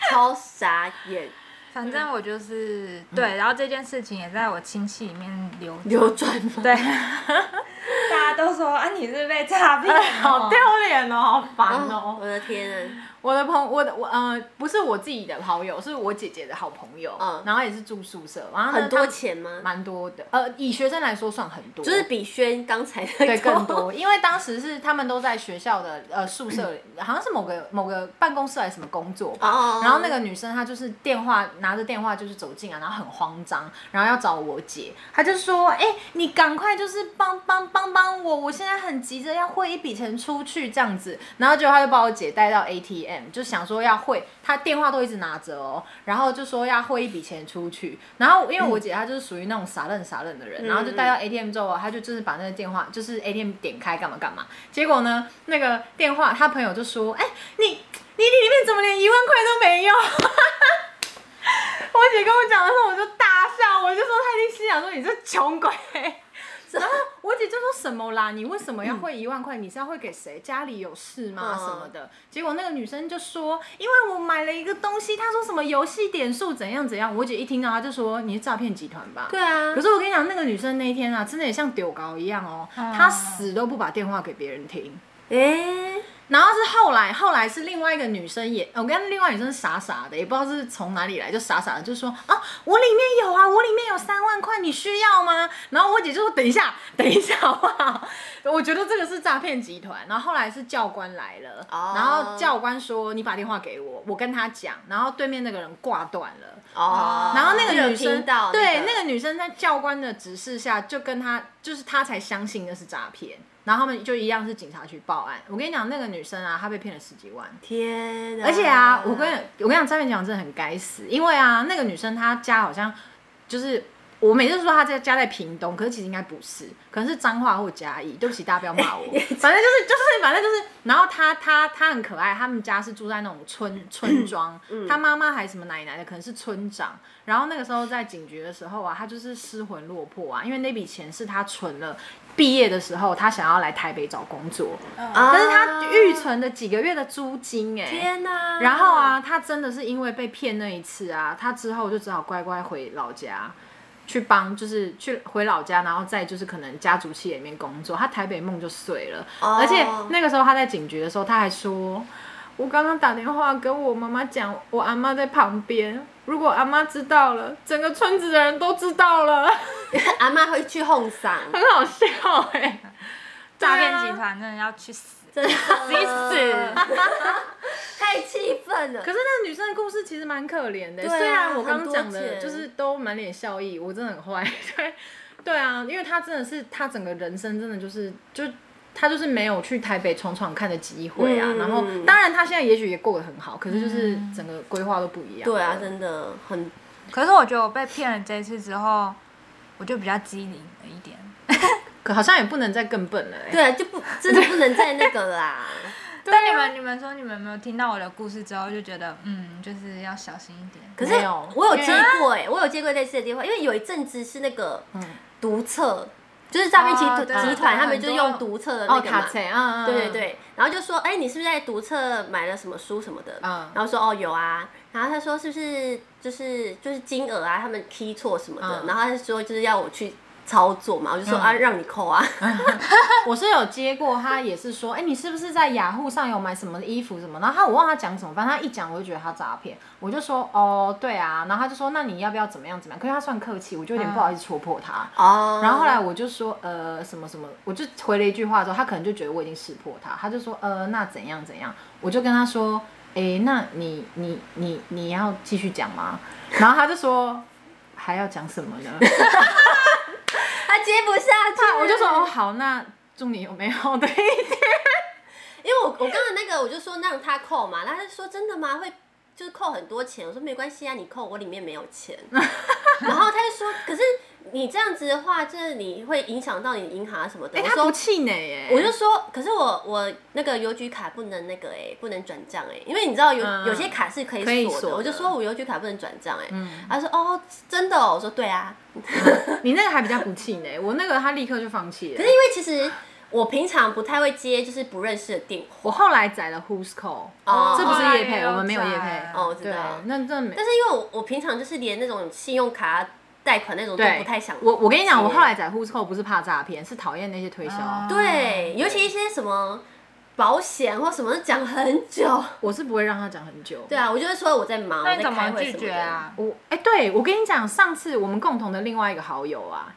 [SPEAKER 3] 超傻眼，
[SPEAKER 1] 反正我
[SPEAKER 2] 嗯
[SPEAKER 1] 就是对，然后这件事情也在我亲戚里面流
[SPEAKER 3] 流转吗？
[SPEAKER 1] 对，大家都说啊，你是被诈骗哦、
[SPEAKER 2] 好丢 脸哦，好烦
[SPEAKER 3] 哦
[SPEAKER 2] 哦！
[SPEAKER 3] 我的天啊！
[SPEAKER 2] 我的朋，我的我呃，不是我自己的好友，是我姐姐的好朋友，
[SPEAKER 3] 嗯
[SPEAKER 2] 然后也是住宿舍，然后呢
[SPEAKER 3] 很多，钱吗
[SPEAKER 2] 她？蛮多的，呃，以学生来说算很多，
[SPEAKER 3] 就是比轩刚才的
[SPEAKER 2] 对更多，因为当时是他们都在学校的呃宿舍里，好像是某个某个办公室还是什么工作吧。
[SPEAKER 3] 哦
[SPEAKER 2] 然后那个女生她就是电话拿着电话就是走进啊来，然后很慌张，然后要找我姐，她就说：“哎、你赶快就是帮帮帮帮我，我现在很急着要汇一笔钱出去这样子。”然后结果她就把我姐带到 ATM，就想说要汇，她电话都一直拿着哦，然后就说要汇一笔钱出去。然后因为我姐她就是属于那种傻愣傻愣的人，然后就带到 ATM 之后，她就就是把那个电话就是 ATM 点开干嘛干嘛。结果呢，那个电话她朋友就说：“哎、你。”你里面怎么连一万块都没有？ 我姐跟我讲的时候，我就大笑，我就说她一定心想说你这穷鬼。然后我姐就说什么啦？你为什么要汇一万块？你是要汇给谁？家里有事吗？
[SPEAKER 3] 嗯
[SPEAKER 2] 什么的？结果那个女生就说，因为我买了一个东西，她说什么游戏点数怎样怎样。我姐一听到，她就说你是诈骗集团吧？
[SPEAKER 3] 对啊
[SPEAKER 2] 可，是我跟你讲，那个女生那一天啊，真的也像丢高一样哦，
[SPEAKER 1] 嗯
[SPEAKER 2] 她死都不把电话给别人听。
[SPEAKER 3] 哎，
[SPEAKER 2] 然后是后来，后来是另外一个女生也，我跟另外女生傻傻的，也不知道是从哪里来，就傻傻的就说啊，我里面有啊，我里面有三万块，你需要吗？然后我姐就说等一下， 等一下好不好？我觉得这个是诈骗集团。然后后来是教官来了，
[SPEAKER 3] 哦
[SPEAKER 2] 然后教官说你把电话给我，我跟他讲，然后对面那个人挂断了。
[SPEAKER 3] 哦
[SPEAKER 2] 然后那
[SPEAKER 3] 有
[SPEAKER 2] 个女生
[SPEAKER 3] 听到
[SPEAKER 2] 对那个女生在教官的指示下，就跟她就是她才相信那是诈骗，然后他们就一样是警察去报案。我跟你讲，那个女生啊，她被骗了十几万。
[SPEAKER 3] 天啊，
[SPEAKER 2] 而且啊，我跟我跟你讲，诈骗集团真的很该死，因为啊，那个女生她家好像就是我每次说她在家在屏东，可是其实应该不是，可能是彰化或嘉义。对不起，大家不要 骂我。反正就是就是反正就是，然后她她她很可爱，他们家是住在那种村村庄，她妈妈还是什么奶奶的，可能是村长。然后那个时候在警局的时候啊，她就是失魂落魄啊，因为那笔钱是她存了，毕业的时候她想要来台北找工作，
[SPEAKER 3] 啊，
[SPEAKER 2] 但是她预存的几个月的租金哎、
[SPEAKER 3] 天哪，
[SPEAKER 2] 然后啊，他真的是因为被骗那一次啊，他之后就只好乖乖回老家，去帮就是去回老家，然后再就是可能家族企业里面工作，他台北梦就碎了。
[SPEAKER 3] 哦，
[SPEAKER 2] 而且那个时候他在警局的时候，他还说：“我刚刚打电话跟我妈妈讲，我阿妈在旁边，如果阿妈知道了，整个村子的人都知道了，
[SPEAKER 3] 阿妈会去哄嗓，
[SPEAKER 2] 很好笑哎、
[SPEAKER 1] 诈骗集团真的要去死！
[SPEAKER 3] 真的
[SPEAKER 1] 己
[SPEAKER 3] 啊
[SPEAKER 1] 死，
[SPEAKER 3] 太气愤了
[SPEAKER 2] 可。是那个女生的故事其实蛮可怜的、
[SPEAKER 3] 对啊
[SPEAKER 2] 虽然我刚刚讲
[SPEAKER 3] 很多
[SPEAKER 2] 的
[SPEAKER 3] 钱
[SPEAKER 2] 就是都满脸笑意，我真的很坏， 对，对啊，因为她真的是她整个人生真的就是就。她就是没有去台北闯闯看的机会啊，
[SPEAKER 3] 嗯
[SPEAKER 2] 然后
[SPEAKER 3] 嗯
[SPEAKER 2] 当然她现在也许也过得很好，可是就是整个规划都不一样。
[SPEAKER 3] 对啊，真的很
[SPEAKER 1] 可是我觉得我被骗了这一次之后，我就比较机灵了一点。
[SPEAKER 2] 可好像也不能再更笨了、欸。
[SPEAKER 3] 对啊，就不真的不能再那个啦。
[SPEAKER 2] 啊
[SPEAKER 1] 但你们你们说你们没有听到我的故事之后，就觉得嗯，就是要小心一点。
[SPEAKER 3] 可是
[SPEAKER 2] 没有
[SPEAKER 3] 我有
[SPEAKER 2] 因为
[SPEAKER 3] 接过哎、我有接过类似的电话，因为有一阵子是那个
[SPEAKER 2] 嗯
[SPEAKER 3] 毒测，就是诈骗集
[SPEAKER 1] 哦
[SPEAKER 3] 集
[SPEAKER 1] 对对
[SPEAKER 3] 团，
[SPEAKER 1] 对
[SPEAKER 3] 他们就
[SPEAKER 1] 很多
[SPEAKER 3] 用毒测的那
[SPEAKER 2] 哦，
[SPEAKER 3] 个
[SPEAKER 2] 卡
[SPEAKER 3] 嘛。
[SPEAKER 2] 车，嗯嗯，
[SPEAKER 3] 对对，对，然后就说，哎、你是不是在读册买了什么书什么的？
[SPEAKER 2] 嗯
[SPEAKER 3] 然后说哦有啊，然后他说是不是就是就是金额啊，他们 key 错什么的，
[SPEAKER 2] 嗯
[SPEAKER 3] 然后他就说就是要我去操作嘛，我就说、啊让你扣啊，
[SPEAKER 2] 我是有接过，他也是说，哎、你是不是在雅虎上有买什么衣服什么？然后他我忘了他讲什么，反正他一讲我就觉得他诈骗，我就说哦对啊，然后他就说那你要不要怎么样怎么样？可是他算客气，我就有点不好意思戳破他。
[SPEAKER 3] 哦，
[SPEAKER 2] 然后后来我就说呃什么什么，我就回了一句话之后，他可能就觉得我已经识破他，他就说呃那怎样怎样，我就跟他说，哎、那你你你你要继续讲吗？然后他就说还要讲什么呢？
[SPEAKER 3] 他接不下去，
[SPEAKER 2] 我就说哦好，那祝你有美好的一天。
[SPEAKER 3] 因为我我刚刚那个我就说让他扣嘛，然后他就说真的吗？会就是扣很多钱，我说没关系啊，你扣我里面没有钱。 然后他就说，可是你这样子的话，就是你会影响到你银行啊什么的。
[SPEAKER 2] 哎、
[SPEAKER 3] 我
[SPEAKER 2] 他不
[SPEAKER 3] 说
[SPEAKER 2] 气馁耶，
[SPEAKER 3] 我就说，可是我我那个邮局卡不能那个哎、不能转账哎，因为你知道有、
[SPEAKER 2] 嗯
[SPEAKER 3] 有些卡是可以
[SPEAKER 2] 可以
[SPEAKER 3] 锁的，
[SPEAKER 2] 锁的
[SPEAKER 3] 我就说我邮局卡不能转账哎，
[SPEAKER 2] 嗯
[SPEAKER 3] 他说哦真的哦，我说对啊，
[SPEAKER 2] 你那个还比较不气馁，我那个他立刻就放弃
[SPEAKER 3] 可
[SPEAKER 2] 了
[SPEAKER 3] 是。因为其实我平常不太会接就是不认识的电话
[SPEAKER 2] 我后来载了 Who's Call，、
[SPEAKER 3] 哦
[SPEAKER 2] 这不是业配，
[SPEAKER 1] 哦
[SPEAKER 2] 我们没有业
[SPEAKER 1] 载
[SPEAKER 2] 配。
[SPEAKER 3] 哦，我知
[SPEAKER 2] 对啊
[SPEAKER 3] 道，。
[SPEAKER 2] 那这没
[SPEAKER 3] 但是因为我我平常就是连那种信用卡、贷款那种都
[SPEAKER 2] 对，
[SPEAKER 3] 不太想。
[SPEAKER 2] 我我跟你讲，我后来载护扣不是怕诈骗，是讨厌那些推销。
[SPEAKER 1] 哦
[SPEAKER 2] 嗯
[SPEAKER 3] 啊对，尤其一些什么保险或什么讲很久。
[SPEAKER 2] 我是不会让他讲很久。
[SPEAKER 3] 对啊，我就会说我在忙，
[SPEAKER 1] 那
[SPEAKER 3] 我
[SPEAKER 1] 你
[SPEAKER 3] 在
[SPEAKER 1] 怎
[SPEAKER 3] 开
[SPEAKER 1] 么
[SPEAKER 3] 会
[SPEAKER 1] 拒
[SPEAKER 3] 什
[SPEAKER 1] 绝
[SPEAKER 3] 的？
[SPEAKER 1] 啊？
[SPEAKER 2] 我哎、对我跟你讲，上次我们共同的另外一个好友啊，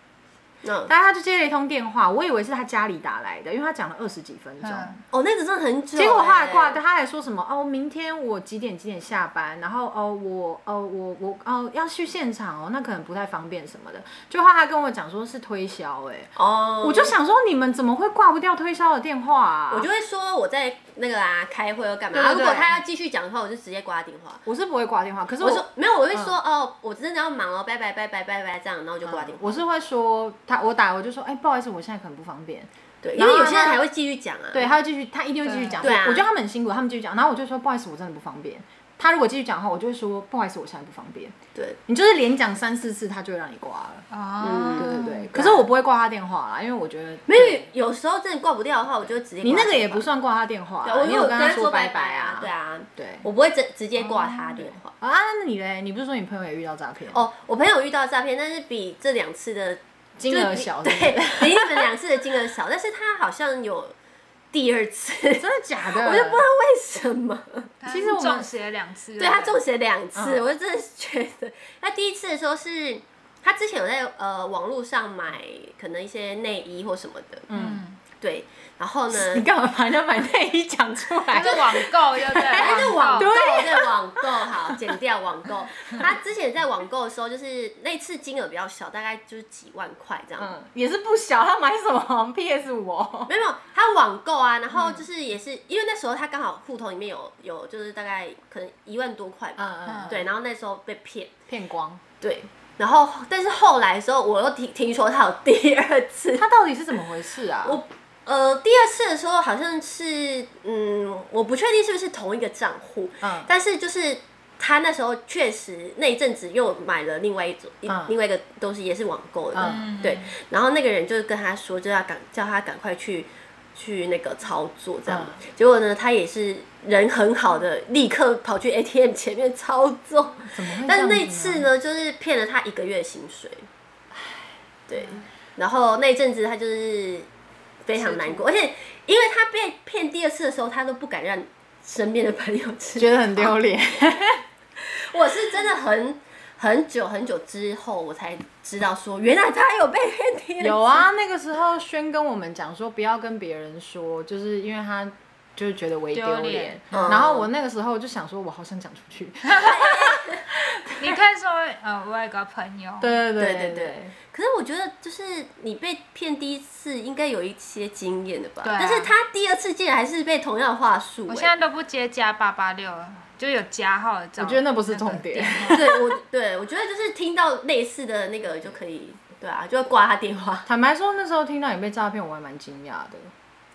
[SPEAKER 3] 嗯，
[SPEAKER 2] 但他就接了一通电话，我以为是他家里打来的，因为他讲了二十几分钟。
[SPEAKER 1] 嗯，
[SPEAKER 3] 哦，那个真的很久欸。
[SPEAKER 2] 结果后来挂掉，他还说什么哦，明天我几点几点下班，然后哦我哦我我哦要去现场哦，那可能不太方便什么的。就话他跟我讲说是推销、哎、
[SPEAKER 3] 哦，
[SPEAKER 2] 我就想说你们怎么会挂不掉推销的电话啊？
[SPEAKER 3] 我就会说我在那个啊开会要干嘛。
[SPEAKER 2] 对对
[SPEAKER 3] 啊如果
[SPEAKER 2] 对
[SPEAKER 3] 他要继续讲的话，我就直接挂电话。
[SPEAKER 2] 我是不会挂电话，可是
[SPEAKER 3] 我
[SPEAKER 2] 我嗯
[SPEAKER 3] 说没有，我会说哦，我真的要忙哦，拜拜拜拜拜拜这样，然后我就挂电话。
[SPEAKER 2] 我是会说他我打我就说哎、不好意思，我现在可能不方便。
[SPEAKER 3] 对，因
[SPEAKER 2] 然
[SPEAKER 3] 为
[SPEAKER 2] 后
[SPEAKER 3] 有些人
[SPEAKER 2] 他
[SPEAKER 3] 还会继续讲啊。
[SPEAKER 2] 对，他会继续，他一定会继续讲。
[SPEAKER 3] 嗯对啊
[SPEAKER 2] 我觉得他们很辛苦，他们继续讲。然后我就说不好意思，我真的不方便。他如果继续讲的话，我就会说不好意思，我现在不方便。
[SPEAKER 3] 对，
[SPEAKER 2] 你就是连讲三四次，他就会让你挂了。
[SPEAKER 1] 哦，
[SPEAKER 2] 对对对，
[SPEAKER 3] 嗯
[SPEAKER 2] 可是我不会挂他电话啦，因为我觉得
[SPEAKER 3] 没有，有时候真的挂不掉的话，我就直接挂
[SPEAKER 2] 你那个也
[SPEAKER 3] 电话
[SPEAKER 2] 不。算挂他电话
[SPEAKER 3] 对，
[SPEAKER 2] 啦，
[SPEAKER 3] 我
[SPEAKER 2] 你
[SPEAKER 3] 因为我
[SPEAKER 2] 跟
[SPEAKER 3] 他
[SPEAKER 2] 说
[SPEAKER 3] 拜
[SPEAKER 2] 拜
[SPEAKER 3] 啊，对
[SPEAKER 2] 对
[SPEAKER 3] 啊，
[SPEAKER 2] 对。
[SPEAKER 3] 我不会直直接挂他电话。
[SPEAKER 2] 啊，那你嘞？你不是说你朋友也遇到诈骗？，
[SPEAKER 3] 哦，我朋友遇到诈骗，但是比这两次的
[SPEAKER 2] 金额小是
[SPEAKER 3] 对
[SPEAKER 2] 不是，
[SPEAKER 3] 比你们两次的金额小，但是他好像有第 二次，
[SPEAKER 2] 真的假的？
[SPEAKER 3] 我就不知道为什么，
[SPEAKER 1] 他
[SPEAKER 2] 其实我们
[SPEAKER 1] 中邪两次，
[SPEAKER 3] 对他中邪两次，
[SPEAKER 2] 嗯
[SPEAKER 3] 我真的是觉得哎他第一次的时候是。他之前有在呃网络上买可能一些内衣或什么的，
[SPEAKER 2] 嗯，
[SPEAKER 1] 嗯，
[SPEAKER 3] 对，然后呢，
[SPEAKER 2] 你干嘛把人家买内衣讲出来？
[SPEAKER 1] 就是网购，对不 对？
[SPEAKER 3] 他在网
[SPEAKER 1] 网
[SPEAKER 3] 购，在网购，好，剪掉 网购。他之前在网购的时候，就是那次金额比较小，大概就是几万块这样。
[SPEAKER 2] 嗯，也是不小，他买什么 PS 五哦？
[SPEAKER 3] 没有，没有，他网购啊，然后就是也是、因为那时候他刚好户头里面有有就是大概可能一万多块吧，
[SPEAKER 2] 嗯嗯，
[SPEAKER 3] 对，然后那时候被骗，
[SPEAKER 2] 骗光。
[SPEAKER 3] 对，然后但是后来的时候我又听听说他有第 二次，
[SPEAKER 2] 他到底是怎么回事啊？
[SPEAKER 3] 我呃第二次的时候好像是嗯我不确定是不是同一个账户，
[SPEAKER 2] 嗯
[SPEAKER 3] 但是就是他那时候确实那一阵子又买了另外一种、一
[SPEAKER 2] 嗯
[SPEAKER 3] 另外一个东西，也是网购的，
[SPEAKER 2] 嗯
[SPEAKER 3] 对。然后那个人就跟他说，就要赶叫他赶快去去那个操作这样。
[SPEAKER 2] 嗯
[SPEAKER 3] 结果呢，他也是人很好的，立刻跑去 ATM 前面操作。
[SPEAKER 2] 怎么会这样子呢？
[SPEAKER 3] 但是那次呢，就是骗了他一个月的薪水。对，然后那一阵子他就是非常难过，而且因为他被骗第二次的时候，他都不敢让身边的朋友知道
[SPEAKER 2] 觉得很丢脸。
[SPEAKER 3] 我是真的很很久很久之后，我才知道说，原来他有被骗 贴。
[SPEAKER 2] 有啊，那个时候轩跟我们讲说不要跟别人说，就是因为他就是觉得为丢
[SPEAKER 1] 丢
[SPEAKER 2] 脸
[SPEAKER 1] 脸。
[SPEAKER 3] 嗯
[SPEAKER 2] 然后我那个时候就想说，我好想讲出去。
[SPEAKER 1] 你可以说，呃，我有个朋友，
[SPEAKER 2] 对对
[SPEAKER 3] 对
[SPEAKER 2] 对
[SPEAKER 3] 对对。可是我觉得，就是你被骗第一次，应该有一些经验的吧？
[SPEAKER 1] 对啊
[SPEAKER 3] 但是他第二次竟然还是被同样的话术、
[SPEAKER 1] 我
[SPEAKER 3] 欸
[SPEAKER 1] 现在都不接加八八六了，就有加号的照。
[SPEAKER 2] 我觉得那不是重点
[SPEAKER 1] 那个
[SPEAKER 3] 对我对我觉得就是听到类似的那个就可以，对啊，就挂他电话。
[SPEAKER 2] 坦白说，那时候听到你被诈骗，我还蛮惊讶的。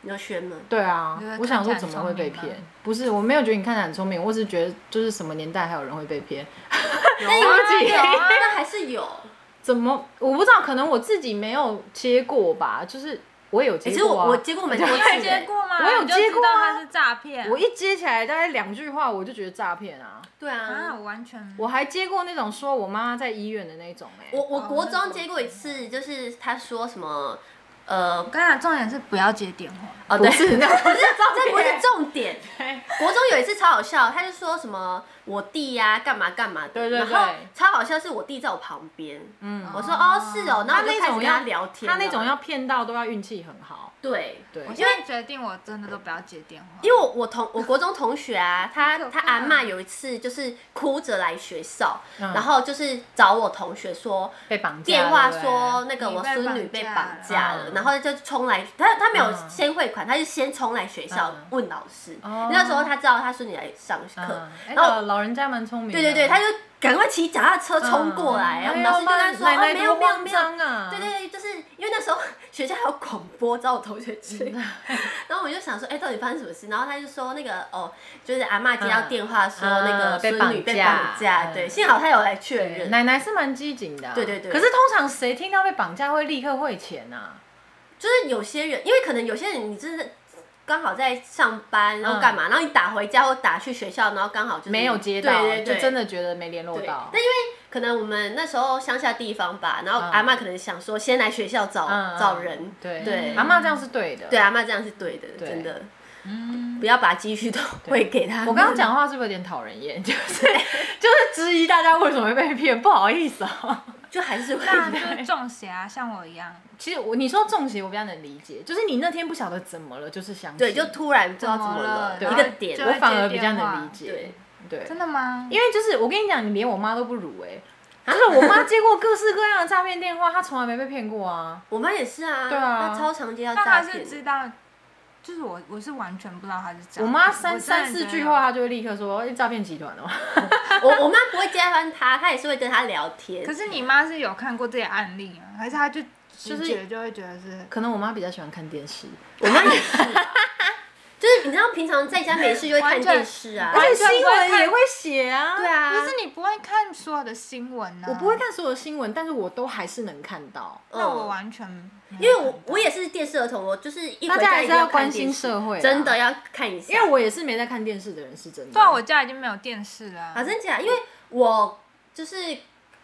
[SPEAKER 3] 你说轩吗？
[SPEAKER 2] 对啊
[SPEAKER 1] 觉得，
[SPEAKER 2] 我想说
[SPEAKER 1] 看起
[SPEAKER 2] 怎
[SPEAKER 1] 来
[SPEAKER 2] 么会被
[SPEAKER 1] 很聪明
[SPEAKER 2] 骗
[SPEAKER 1] 吗？
[SPEAKER 2] 不是，我没有觉得你看起来很聪明，我只是觉得就是什么年代还有人会被骗。
[SPEAKER 3] 但有
[SPEAKER 1] 不起
[SPEAKER 3] 有啊，但还是有。
[SPEAKER 2] 怎么我不知道，可能我自己没有接过吧，就是我有
[SPEAKER 3] 欸
[SPEAKER 2] 接
[SPEAKER 3] 其实
[SPEAKER 2] 过、
[SPEAKER 3] 我
[SPEAKER 2] 啊
[SPEAKER 3] 我接过蛮
[SPEAKER 1] 你
[SPEAKER 3] 多次
[SPEAKER 1] 有
[SPEAKER 3] 的
[SPEAKER 1] 接
[SPEAKER 3] 欸，
[SPEAKER 1] 过吗？
[SPEAKER 2] 我有
[SPEAKER 1] 你就
[SPEAKER 2] 接过啊
[SPEAKER 1] 知道它是诈骗。
[SPEAKER 2] 我一接起来大概两句话，我就觉得诈骗啊！
[SPEAKER 3] 对
[SPEAKER 1] 啊，
[SPEAKER 3] 啊。
[SPEAKER 1] 我完全
[SPEAKER 2] 我还接过那种说我妈妈在医院的那种、欸，
[SPEAKER 3] 我我国中接过一次，就是他说什么，呃，
[SPEAKER 1] 我跟你讲，重点是不要接电话。
[SPEAKER 3] 哦，
[SPEAKER 2] 不
[SPEAKER 3] 对，
[SPEAKER 2] 是那不是
[SPEAKER 3] 这 不是重点。
[SPEAKER 2] 对
[SPEAKER 3] 国中有一次超好笑，他就说什么我弟呀、干嘛干嘛的，
[SPEAKER 2] 对对对
[SPEAKER 3] 然后超好笑是我弟在我旁边，
[SPEAKER 2] 嗯，
[SPEAKER 3] 我说哦是哦，然
[SPEAKER 2] 他
[SPEAKER 3] 后我
[SPEAKER 2] 那
[SPEAKER 3] 就开始
[SPEAKER 2] 种
[SPEAKER 3] 跟
[SPEAKER 2] 要
[SPEAKER 3] 他聊天，
[SPEAKER 2] 他那种要骗到都要运气很好，
[SPEAKER 3] 对。
[SPEAKER 2] 对
[SPEAKER 1] 我，现在决定，我真的都不要接电话。
[SPEAKER 3] 因为我我同我国中同学啊，他
[SPEAKER 1] 可
[SPEAKER 3] 他
[SPEAKER 1] 怕
[SPEAKER 3] 阿嬷有一次就是哭着来学校，
[SPEAKER 2] 嗯
[SPEAKER 3] 然后就是找我同学说
[SPEAKER 2] 被绑架
[SPEAKER 3] 电话
[SPEAKER 2] 对不对
[SPEAKER 3] 说那个我孙女被绑架了，然后就冲来，他他没有
[SPEAKER 2] 嗯
[SPEAKER 3] 先汇款，他就先冲来学校
[SPEAKER 2] 嗯
[SPEAKER 3] 问老师，
[SPEAKER 2] 哦
[SPEAKER 3] 那时候他知道他孙女来上课
[SPEAKER 2] 嗯，哎、
[SPEAKER 3] 然后
[SPEAKER 2] 老老人家蛮聪明的，嗯
[SPEAKER 3] 对对对，他
[SPEAKER 2] 就
[SPEAKER 3] 就赶快骑脚踏车冲过来，然后老师就跟他说：“
[SPEAKER 2] 哎奶
[SPEAKER 3] 哦，
[SPEAKER 2] 奶
[SPEAKER 3] 没
[SPEAKER 2] 多
[SPEAKER 3] 有没有
[SPEAKER 2] 慌
[SPEAKER 3] 没有。
[SPEAKER 2] 张啊，”
[SPEAKER 3] 对对对，就是因为那时候 学校还有广播找我同学去，
[SPEAKER 2] 嗯
[SPEAKER 3] 然后我就想说，哎，到底发生什么事？然后他就说那个哦，就是阿嬷接到电话说
[SPEAKER 2] 嗯
[SPEAKER 3] 那个
[SPEAKER 2] 嗯被
[SPEAKER 3] 孙女
[SPEAKER 2] 绑
[SPEAKER 3] 被
[SPEAKER 2] 架
[SPEAKER 3] 绑架，
[SPEAKER 2] 嗯
[SPEAKER 3] 对，幸好他有来确认。
[SPEAKER 2] 奶奶是蛮机警的啊、
[SPEAKER 3] 对对对
[SPEAKER 2] 可是通常谁听到被绑架会立刻汇钱啊？
[SPEAKER 3] 就是有些人，因为可能有些人你真的刚好在上班，然后干嘛，然后你打回家或打去学校，然后刚好就是
[SPEAKER 2] 嗯没有接到，
[SPEAKER 3] 嗯对对对，
[SPEAKER 2] 就真的觉觉得没联络
[SPEAKER 3] 对。
[SPEAKER 2] 到
[SPEAKER 3] 但。因为可能我们那时候乡下地方吧，然后
[SPEAKER 2] 嗯
[SPEAKER 3] 阿妈可能想说先来学校找、
[SPEAKER 2] 嗯
[SPEAKER 3] 找人，
[SPEAKER 2] 对
[SPEAKER 3] 对
[SPEAKER 2] 阿妈这样是对的。
[SPEAKER 3] 对，阿妈这样是对的，
[SPEAKER 2] 对
[SPEAKER 3] 真的
[SPEAKER 1] 嗯，
[SPEAKER 3] 不要把积蓄都汇给他们。
[SPEAKER 2] 我刚刚讲话是不是有点讨人厌？ 就是就是质疑大家为什么会被骗，不好意思啊。
[SPEAKER 3] 就还是会
[SPEAKER 1] 那就是中邪啊，像我一样，
[SPEAKER 2] 其实我你说中邪，我比较能理解，就是你那天不晓得怎么了，就是相信，
[SPEAKER 3] 对，就突然不知道怎
[SPEAKER 1] 怎
[SPEAKER 3] 么
[SPEAKER 1] 么了
[SPEAKER 3] 了
[SPEAKER 2] 对
[SPEAKER 3] 一个点
[SPEAKER 1] 就，
[SPEAKER 2] 我反而比较能理解
[SPEAKER 3] 对，
[SPEAKER 2] 对，
[SPEAKER 1] 真的吗？
[SPEAKER 2] 因为就是我跟你讲，你连我妈都不如哎、
[SPEAKER 3] 啊
[SPEAKER 2] 就是我妈接过各式各样的诈骗电话，她从来没被骗过啊。
[SPEAKER 3] 我妈也是啊，
[SPEAKER 2] 对啊
[SPEAKER 3] 她超常接到
[SPEAKER 1] 那他
[SPEAKER 3] 诈
[SPEAKER 1] 是
[SPEAKER 3] 骗，
[SPEAKER 1] 知道，就是我我是完全不知道他是这
[SPEAKER 2] 我
[SPEAKER 1] 样。
[SPEAKER 2] 妈三
[SPEAKER 1] 真的
[SPEAKER 2] 三四
[SPEAKER 1] 觉
[SPEAKER 2] 句
[SPEAKER 1] 得
[SPEAKER 2] 话，，她就会立刻说哎诈骗集团的嘛。
[SPEAKER 3] 我我妈不会揭穿她，她也是会跟她聊天。
[SPEAKER 1] 可是你妈是有看过这些案例吗？还是她就
[SPEAKER 2] 就
[SPEAKER 1] 直
[SPEAKER 2] 是
[SPEAKER 1] 觉就会觉得是？
[SPEAKER 2] 可能我妈比较喜欢看电视，
[SPEAKER 3] 我妈也是啊，就是你知道平常在家没事就会看电视啊，
[SPEAKER 1] 完
[SPEAKER 2] 而且
[SPEAKER 1] 全
[SPEAKER 2] 新
[SPEAKER 1] 不会
[SPEAKER 2] 闻
[SPEAKER 1] 看
[SPEAKER 2] 也会写啊。
[SPEAKER 3] 对啊，
[SPEAKER 1] 可是你不会看所有的新闻呢、
[SPEAKER 2] 我不会，看所哦有新闻，但是我都还是能看到。
[SPEAKER 3] 嗯
[SPEAKER 1] 那我完全没有看到，
[SPEAKER 3] 因为我我也是电视儿童，我就是一
[SPEAKER 2] 大
[SPEAKER 3] 回
[SPEAKER 2] 家
[SPEAKER 3] 家
[SPEAKER 2] 还
[SPEAKER 3] 一
[SPEAKER 2] 是
[SPEAKER 3] 定要
[SPEAKER 2] 要
[SPEAKER 3] 看
[SPEAKER 2] 关
[SPEAKER 3] 电
[SPEAKER 2] 心
[SPEAKER 3] 视
[SPEAKER 2] 社会啊，
[SPEAKER 3] 真的要看一下，
[SPEAKER 2] 因为我也是没在看电视的人，是真的。
[SPEAKER 1] 对啊，我家已经没有电视了啊、
[SPEAKER 3] 啊真假，因为我就是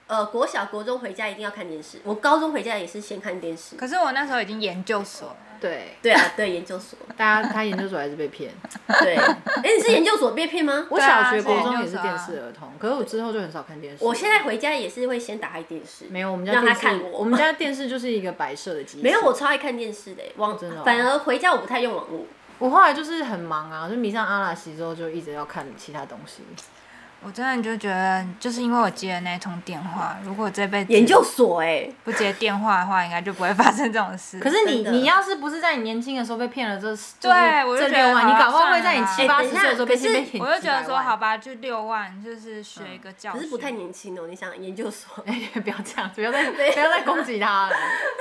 [SPEAKER 3] 呃国小国中回家一定要看电视，我高中回家也是先看电视。
[SPEAKER 1] 可是我那时候已经研究所了，
[SPEAKER 2] 对
[SPEAKER 3] 对啊，对研究所，
[SPEAKER 2] 大家，他研究所还是被骗。
[SPEAKER 3] 对，哎、你是研究所被骗吗？
[SPEAKER 2] 我
[SPEAKER 1] 对啊
[SPEAKER 2] 小学、
[SPEAKER 1] 是
[SPEAKER 2] 国
[SPEAKER 1] 研
[SPEAKER 2] 中
[SPEAKER 1] 究
[SPEAKER 2] 也是
[SPEAKER 1] 所
[SPEAKER 2] 电
[SPEAKER 1] 啊
[SPEAKER 2] 视儿童，可是我之后就很少看电视。
[SPEAKER 3] 我现在回家也是会先打开电视，
[SPEAKER 2] 没有，我们家
[SPEAKER 3] 让他
[SPEAKER 2] 电视
[SPEAKER 3] 看我，
[SPEAKER 2] 我们家电视就是一个白色的机器。
[SPEAKER 3] 没有，我超爱看电视的，网
[SPEAKER 2] 真的哦
[SPEAKER 3] 反而回家我不太用网络，
[SPEAKER 2] 我后来就是很忙啊，就迷上阿拉西之后，就一直要看其他东西。
[SPEAKER 1] 我真的就觉得，就是因为我接了那通电话，如果这辈子
[SPEAKER 3] 研究所哎，
[SPEAKER 1] 不接电话的话，应该就不会发生这种事。
[SPEAKER 2] 可是你
[SPEAKER 3] 真的
[SPEAKER 2] 你要是不是在你年轻的时候被骗了这，就是
[SPEAKER 1] 对我就
[SPEAKER 2] 这
[SPEAKER 1] 觉得
[SPEAKER 2] 六万，
[SPEAKER 1] 好
[SPEAKER 2] 你
[SPEAKER 1] 啊
[SPEAKER 2] 搞不好会
[SPEAKER 1] 算
[SPEAKER 2] 在你
[SPEAKER 1] 了
[SPEAKER 2] 七
[SPEAKER 1] 啦
[SPEAKER 2] 八
[SPEAKER 3] 哎
[SPEAKER 2] 十
[SPEAKER 3] 等一下
[SPEAKER 2] 岁的时候被
[SPEAKER 3] 可是
[SPEAKER 2] 骗骗。
[SPEAKER 1] 我就觉得说， 好吧，
[SPEAKER 2] 吧，
[SPEAKER 1] 就六万，就是学一个教
[SPEAKER 3] 嗯可
[SPEAKER 1] 训。
[SPEAKER 3] 是不太年轻哦，你 想研究所
[SPEAKER 2] 哎不要这样，不要再不要再攻击他了。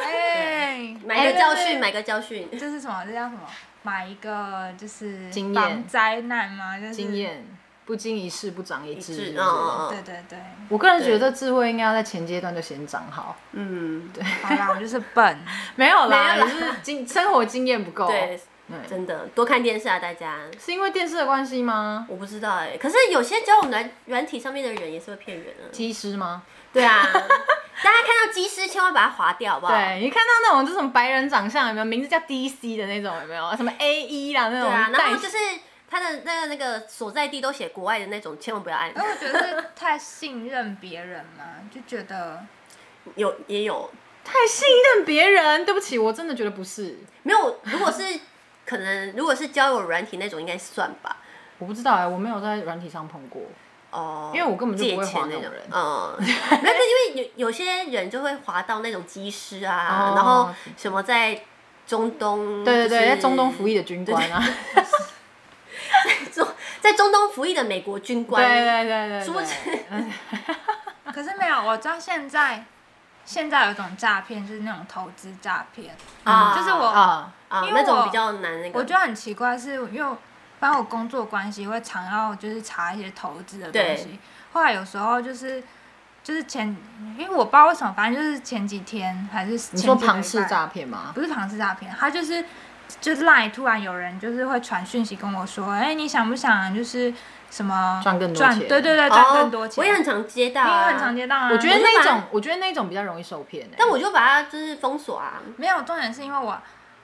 [SPEAKER 1] 哎，
[SPEAKER 3] 买个教训，
[SPEAKER 1] 买
[SPEAKER 3] 买个教训，
[SPEAKER 1] 这是什么？这叫什么？买一个就是
[SPEAKER 2] 经验
[SPEAKER 1] 防灾难吗？就是
[SPEAKER 2] 经。验不经一事不长一智，
[SPEAKER 3] 一
[SPEAKER 2] 是
[SPEAKER 3] 致
[SPEAKER 2] 不是
[SPEAKER 3] 嗯嗯嗯
[SPEAKER 1] 对对对，
[SPEAKER 2] 我个人觉得智慧应该要在前阶段就先长好，
[SPEAKER 3] 嗯，对
[SPEAKER 1] 好啦，我就是笨。
[SPEAKER 2] 没有啦，
[SPEAKER 3] 没有啦
[SPEAKER 2] 你是经生活经验不够。
[SPEAKER 3] 对，
[SPEAKER 2] 嗯
[SPEAKER 3] 真的多看电视啊，大家。
[SPEAKER 2] 是因为电视的关系吗？
[SPEAKER 3] 我不知道哎、可是有些交友软软体上面的人也是会骗人啊。
[SPEAKER 2] 机师吗？
[SPEAKER 3] 对啊， 大家看到机师千万把它划掉，好不好？
[SPEAKER 2] 对，你看到那种这种白人长相有没有？名字叫 DC 的那种有没有？什么 A 一啦那
[SPEAKER 3] 对
[SPEAKER 2] 种
[SPEAKER 3] 啊，然
[SPEAKER 2] 带
[SPEAKER 3] 后就是他的那个那个所在地都写国外的那种，千万不要按
[SPEAKER 1] 因。为我觉得 是太信任别人嘛，就觉得
[SPEAKER 3] 有也有
[SPEAKER 2] 太信任别人。对不起，我真的觉得不是，
[SPEAKER 3] 没有？如果是 可能，如果是交友软体那种，应该算吧。
[SPEAKER 2] 我不知道哎、我没有在软体上碰过。
[SPEAKER 3] 哦，
[SPEAKER 2] 因为我根本就
[SPEAKER 3] 借
[SPEAKER 2] 不会滑
[SPEAKER 3] 钱
[SPEAKER 2] 那种
[SPEAKER 3] 那种
[SPEAKER 2] 人
[SPEAKER 3] 嗯，没有，因为有有些人就会滑到那种机师啊，
[SPEAKER 2] 哦
[SPEAKER 3] 然后什么在中东，
[SPEAKER 2] 对对
[SPEAKER 3] 嗯就
[SPEAKER 2] 对，
[SPEAKER 3] 是
[SPEAKER 2] 在中东服役的军官啊，
[SPEAKER 3] 中在中东服役的美国军
[SPEAKER 2] 对
[SPEAKER 3] 官，
[SPEAKER 2] 对对对
[SPEAKER 3] 殊不知
[SPEAKER 2] 对，
[SPEAKER 1] 可是没有，我知道现在现在有一种诈骗，就是那种投资诈骗，
[SPEAKER 3] 啊，
[SPEAKER 1] 就是我
[SPEAKER 2] 啊，
[SPEAKER 3] 啊
[SPEAKER 1] 因为
[SPEAKER 3] 那种
[SPEAKER 1] 我
[SPEAKER 3] 比较难那个，
[SPEAKER 1] 我觉得很奇怪是，因为反正我工作关系会常要就是查一些投资的东西，后来有时候就是就是前，因为我不知道为什么，反正就是前几天还是前
[SPEAKER 2] 你
[SPEAKER 1] 几
[SPEAKER 2] 说
[SPEAKER 1] 个礼
[SPEAKER 2] 庞氏
[SPEAKER 1] 拜
[SPEAKER 2] 诈骗吗？
[SPEAKER 1] 不是庞氏诈骗，他就是就是 line 突然有人就是会传讯息跟我说，哎、你想不想就是什么
[SPEAKER 2] 赚更多钱
[SPEAKER 1] 对对对，赚更多钱。
[SPEAKER 3] 哦我也很常接到、
[SPEAKER 1] 你也
[SPEAKER 3] 啊，
[SPEAKER 1] 很常接到啊。
[SPEAKER 2] 我觉得
[SPEAKER 3] 我是
[SPEAKER 2] 那
[SPEAKER 3] 把
[SPEAKER 2] 种，我觉得那种比较容易受骗哎、
[SPEAKER 3] 但我就把它就是封锁啊，
[SPEAKER 1] 没有重点是因为我。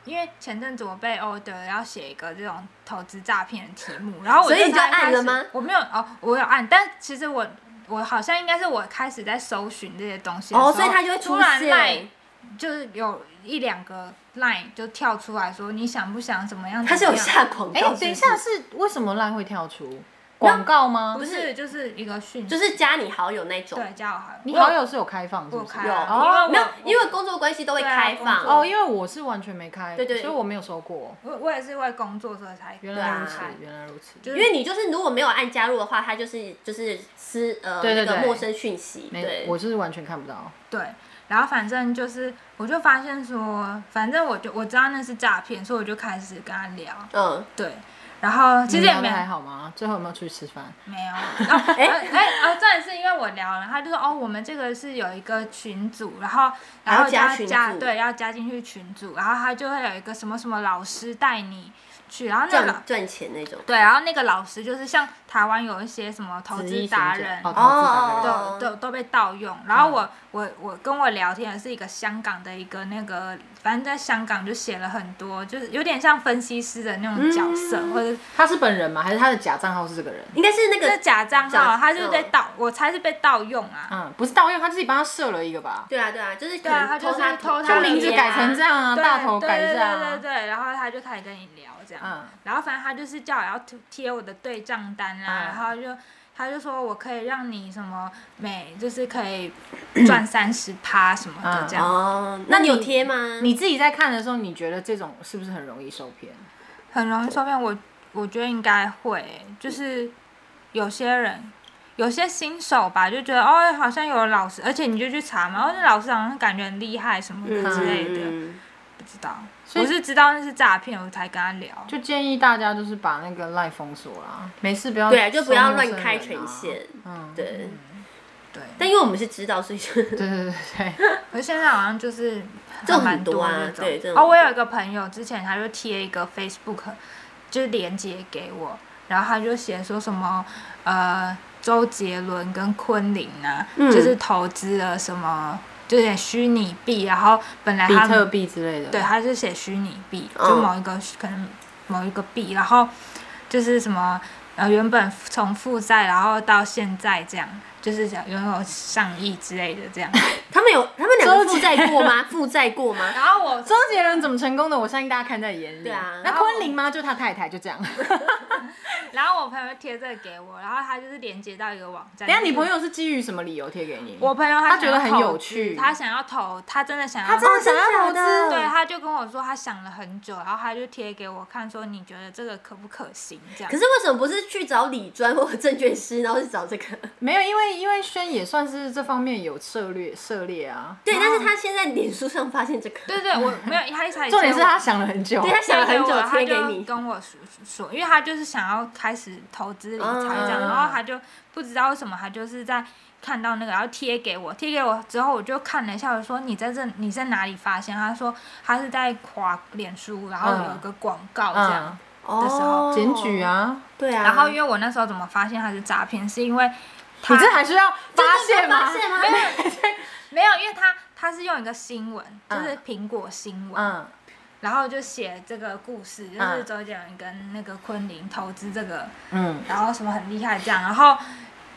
[SPEAKER 1] 因为前阵子我被 order 要写一个这种投资诈骗的题目，然后我
[SPEAKER 3] 所以你就
[SPEAKER 1] 才
[SPEAKER 3] 按
[SPEAKER 1] 开始
[SPEAKER 3] 了吗？
[SPEAKER 1] 我没有哦，我有按，但其实我我好像应该是我开始在搜寻这些东西的时候
[SPEAKER 3] 哦，所以它就会
[SPEAKER 1] 突
[SPEAKER 3] 出
[SPEAKER 1] 然 line
[SPEAKER 3] 现，
[SPEAKER 1] 就是有一两个 line 就跳出来说你想不想怎么样？
[SPEAKER 3] 它是
[SPEAKER 1] 怎
[SPEAKER 3] 有
[SPEAKER 1] 么样
[SPEAKER 3] 下广
[SPEAKER 2] 哎、
[SPEAKER 3] 告，
[SPEAKER 2] 等一下，是为什么烂会跳出广告吗
[SPEAKER 1] 不？
[SPEAKER 3] 是
[SPEAKER 1] 是，就是一个讯息，
[SPEAKER 3] 就是加你好友那种，
[SPEAKER 1] 对加我好友。
[SPEAKER 2] 你
[SPEAKER 1] 我
[SPEAKER 2] 好友是有开放是
[SPEAKER 1] 我有
[SPEAKER 2] 不是？
[SPEAKER 1] 开
[SPEAKER 3] 有
[SPEAKER 1] 啊，
[SPEAKER 2] 哦
[SPEAKER 1] 因
[SPEAKER 3] 没
[SPEAKER 1] 为
[SPEAKER 3] 有
[SPEAKER 1] 我，
[SPEAKER 3] 因为工作关系都会
[SPEAKER 1] 对啊
[SPEAKER 3] 开放，
[SPEAKER 1] 工作
[SPEAKER 2] 哦，因为我是完全没开，
[SPEAKER 3] 对对
[SPEAKER 2] 所以我没有收过。
[SPEAKER 1] 我我也是为工作所以才
[SPEAKER 2] 原来如此，
[SPEAKER 3] 对啊
[SPEAKER 2] 原来如此，
[SPEAKER 1] 就
[SPEAKER 3] 因
[SPEAKER 1] 是
[SPEAKER 3] 为你就是如果没有按加入的话，它就是就是私呃
[SPEAKER 2] 对对
[SPEAKER 3] 那
[SPEAKER 2] 对
[SPEAKER 3] 个陌生讯息，
[SPEAKER 2] 没
[SPEAKER 3] 对，
[SPEAKER 2] 我就是完全看不到。
[SPEAKER 1] 对，然后反正就是我就发现说，反正我就我知道那是诈骗，所以我就开始跟他聊，
[SPEAKER 3] 嗯，
[SPEAKER 1] 对，然后其实也
[SPEAKER 2] 你
[SPEAKER 1] 没
[SPEAKER 2] 聊得还好吗？最后有没有出去吃饭？
[SPEAKER 1] 没有，哦 哎哎哦，重点是因为我聊了，他就说哦，我们这个是有一个群组，然后然
[SPEAKER 3] 还
[SPEAKER 1] 后
[SPEAKER 3] 要加
[SPEAKER 1] 要
[SPEAKER 3] 群
[SPEAKER 1] 加
[SPEAKER 3] 组
[SPEAKER 1] 对要加进去群组，然后他就会有一个什么什么老师带你去，然后那个老
[SPEAKER 3] 赚赚钱那种。
[SPEAKER 1] 对，然后那个老师就是像台湾有一些什么投
[SPEAKER 2] 职
[SPEAKER 1] 资
[SPEAKER 2] 业
[SPEAKER 1] 达
[SPEAKER 2] 学者
[SPEAKER 1] 人，
[SPEAKER 2] 哦，投嗯资达人，
[SPEAKER 3] 哦
[SPEAKER 1] 都都都被盗用。然后我、我我跟我聊天的是一个香港的一个那个，反正在香港就写了很多，就是有点像分析师的那种角色，
[SPEAKER 2] 嗯
[SPEAKER 1] 或者
[SPEAKER 2] 他是本人吗？还是他的假账号是这个人？
[SPEAKER 3] 应该是那
[SPEAKER 1] 这
[SPEAKER 3] 个
[SPEAKER 1] 假账号，
[SPEAKER 3] 假
[SPEAKER 1] 他就是被盗，我猜是被盗用啊。
[SPEAKER 2] 嗯，不是盗用，他自己帮他设了一个吧？
[SPEAKER 3] 对啊对啊，就是可
[SPEAKER 1] 对啊
[SPEAKER 3] 能
[SPEAKER 1] 他就是
[SPEAKER 3] 他
[SPEAKER 1] 偷他
[SPEAKER 2] 他
[SPEAKER 1] 的
[SPEAKER 2] 名字
[SPEAKER 1] 脸
[SPEAKER 2] 改成这样啊，
[SPEAKER 1] 对
[SPEAKER 2] 大头改
[SPEAKER 1] 对
[SPEAKER 2] 这
[SPEAKER 1] 对
[SPEAKER 2] 样
[SPEAKER 1] 对对
[SPEAKER 2] 啊，
[SPEAKER 1] 对，然后他就开始跟你聊这样，
[SPEAKER 2] 嗯
[SPEAKER 1] 然后反正他就是叫我要贴贴我的对账单啦、
[SPEAKER 2] 嗯
[SPEAKER 1] 然后就他就说我可以让你什么每就是可 以赚三十趴什么的
[SPEAKER 2] 嗯
[SPEAKER 1] 这样，
[SPEAKER 3] 哦，那你有
[SPEAKER 2] 你
[SPEAKER 3] 贴吗？
[SPEAKER 2] 你自己在看的时候，你觉得这种是不是很容易受骗？
[SPEAKER 1] 很容易受骗。我我觉得应该会，就是有些人，有些新手吧，就觉得哦，好像有老师，而且你就去查嘛，哦，那老师好像感觉很厉害什么
[SPEAKER 2] 嗯
[SPEAKER 1] 的之类的，
[SPEAKER 3] 嗯
[SPEAKER 1] 不知道。
[SPEAKER 2] 所以
[SPEAKER 1] 我是知道那是诈骗，我才跟他聊。
[SPEAKER 2] 就建议大家就是把那个赖封锁啦，没事不要
[SPEAKER 3] 对啊，就不要
[SPEAKER 2] 送陌
[SPEAKER 3] 乱
[SPEAKER 2] 生
[SPEAKER 3] 开
[SPEAKER 2] 人
[SPEAKER 3] 权
[SPEAKER 2] 啊。
[SPEAKER 3] 限。
[SPEAKER 2] 嗯，
[SPEAKER 3] 对，
[SPEAKER 1] 对，
[SPEAKER 3] 但因为我们是知道，所以就
[SPEAKER 2] 对对对对对，
[SPEAKER 1] 可是现在好像就是
[SPEAKER 3] 这种
[SPEAKER 1] 还蛮
[SPEAKER 3] 很多啊
[SPEAKER 1] 这种
[SPEAKER 3] 对这种
[SPEAKER 1] 哦，我有一个朋友之前他就贴一个 Facebook，就是链接给我，然后他就写说什么呃周杰伦跟昆凌啊，
[SPEAKER 3] 嗯
[SPEAKER 1] 就是投资了什么，就有点虚拟币，然后本来
[SPEAKER 2] 比
[SPEAKER 1] 他
[SPEAKER 2] 特
[SPEAKER 1] 们
[SPEAKER 2] 币之类的。
[SPEAKER 1] 对，他是写虚拟币，
[SPEAKER 3] 嗯
[SPEAKER 1] 就某一个、可能某一个币，然后就是什么呃原本从负债然后到现在这样，就是想拥有上亿之类的 这样。
[SPEAKER 3] 他们有他们两个
[SPEAKER 2] 周
[SPEAKER 3] 负
[SPEAKER 2] 杰
[SPEAKER 3] 债过吗？负债过吗？
[SPEAKER 1] 然后我
[SPEAKER 2] 周杰伦怎么成功的，我相信大家看在眼里。
[SPEAKER 3] 对啊
[SPEAKER 2] 那昆凌吗？就他太太，就这样。
[SPEAKER 1] 然后我朋友贴这个给我，然后他就是连接到一个网站。
[SPEAKER 2] 等一下你朋
[SPEAKER 1] 友，
[SPEAKER 2] 友是基于什么理由贴给你？
[SPEAKER 1] 我朋友
[SPEAKER 2] 他
[SPEAKER 1] 想
[SPEAKER 2] 觉得
[SPEAKER 1] 要
[SPEAKER 2] 很
[SPEAKER 1] 投
[SPEAKER 2] 有
[SPEAKER 1] 资
[SPEAKER 2] 趣
[SPEAKER 1] 他想要投，他真的想要，
[SPEAKER 2] 他真的想要投
[SPEAKER 3] 哦真的假
[SPEAKER 2] 资，
[SPEAKER 3] 的
[SPEAKER 1] 对，他就跟我说他想了很久，然后他就贴给我看，说你觉得这个可不可行？这样
[SPEAKER 3] 可。是为什么不是去找理专或者证券师，然后是找这个？
[SPEAKER 2] 没有，因为因为轩也算是这方面有涉猎涉猎啊。
[SPEAKER 3] 对，但是他先在脸书上发现这个，
[SPEAKER 1] 对对，我没有，他才
[SPEAKER 2] 重点是他想了很久
[SPEAKER 3] 对，他想了很久
[SPEAKER 1] 他
[SPEAKER 3] 贴
[SPEAKER 1] 就
[SPEAKER 3] 给你。
[SPEAKER 1] 跟我说说，因为他就是想要开始投资理财这样，
[SPEAKER 2] 嗯
[SPEAKER 1] 然后他就不知道为什么，他就是在看到那个，然后贴给我，贴给我之后，我就看了一下，我说你在这你在哪里发现？他说他是在滑脸书，然后有一个广告这样。
[SPEAKER 2] 嗯，
[SPEAKER 1] 的时候
[SPEAKER 2] 检举，啊，
[SPEAKER 3] 哦对啊，
[SPEAKER 1] 然后因为我那时候怎么发现他是诈骗，是因为他
[SPEAKER 2] 你这还需要发
[SPEAKER 3] 这
[SPEAKER 2] 现
[SPEAKER 3] 是
[SPEAKER 2] 吗
[SPEAKER 3] 发？现吗？
[SPEAKER 1] 没有，因为他他是用一个新闻，就是
[SPEAKER 2] 嗯
[SPEAKER 1] 苹果新闻，
[SPEAKER 2] 嗯，
[SPEAKER 1] 然后就写这个故事，就是
[SPEAKER 2] 嗯
[SPEAKER 1] 周杰伦跟那个昆凌投资这个。
[SPEAKER 2] 嗯，
[SPEAKER 1] 然后什么很厉害这样，然后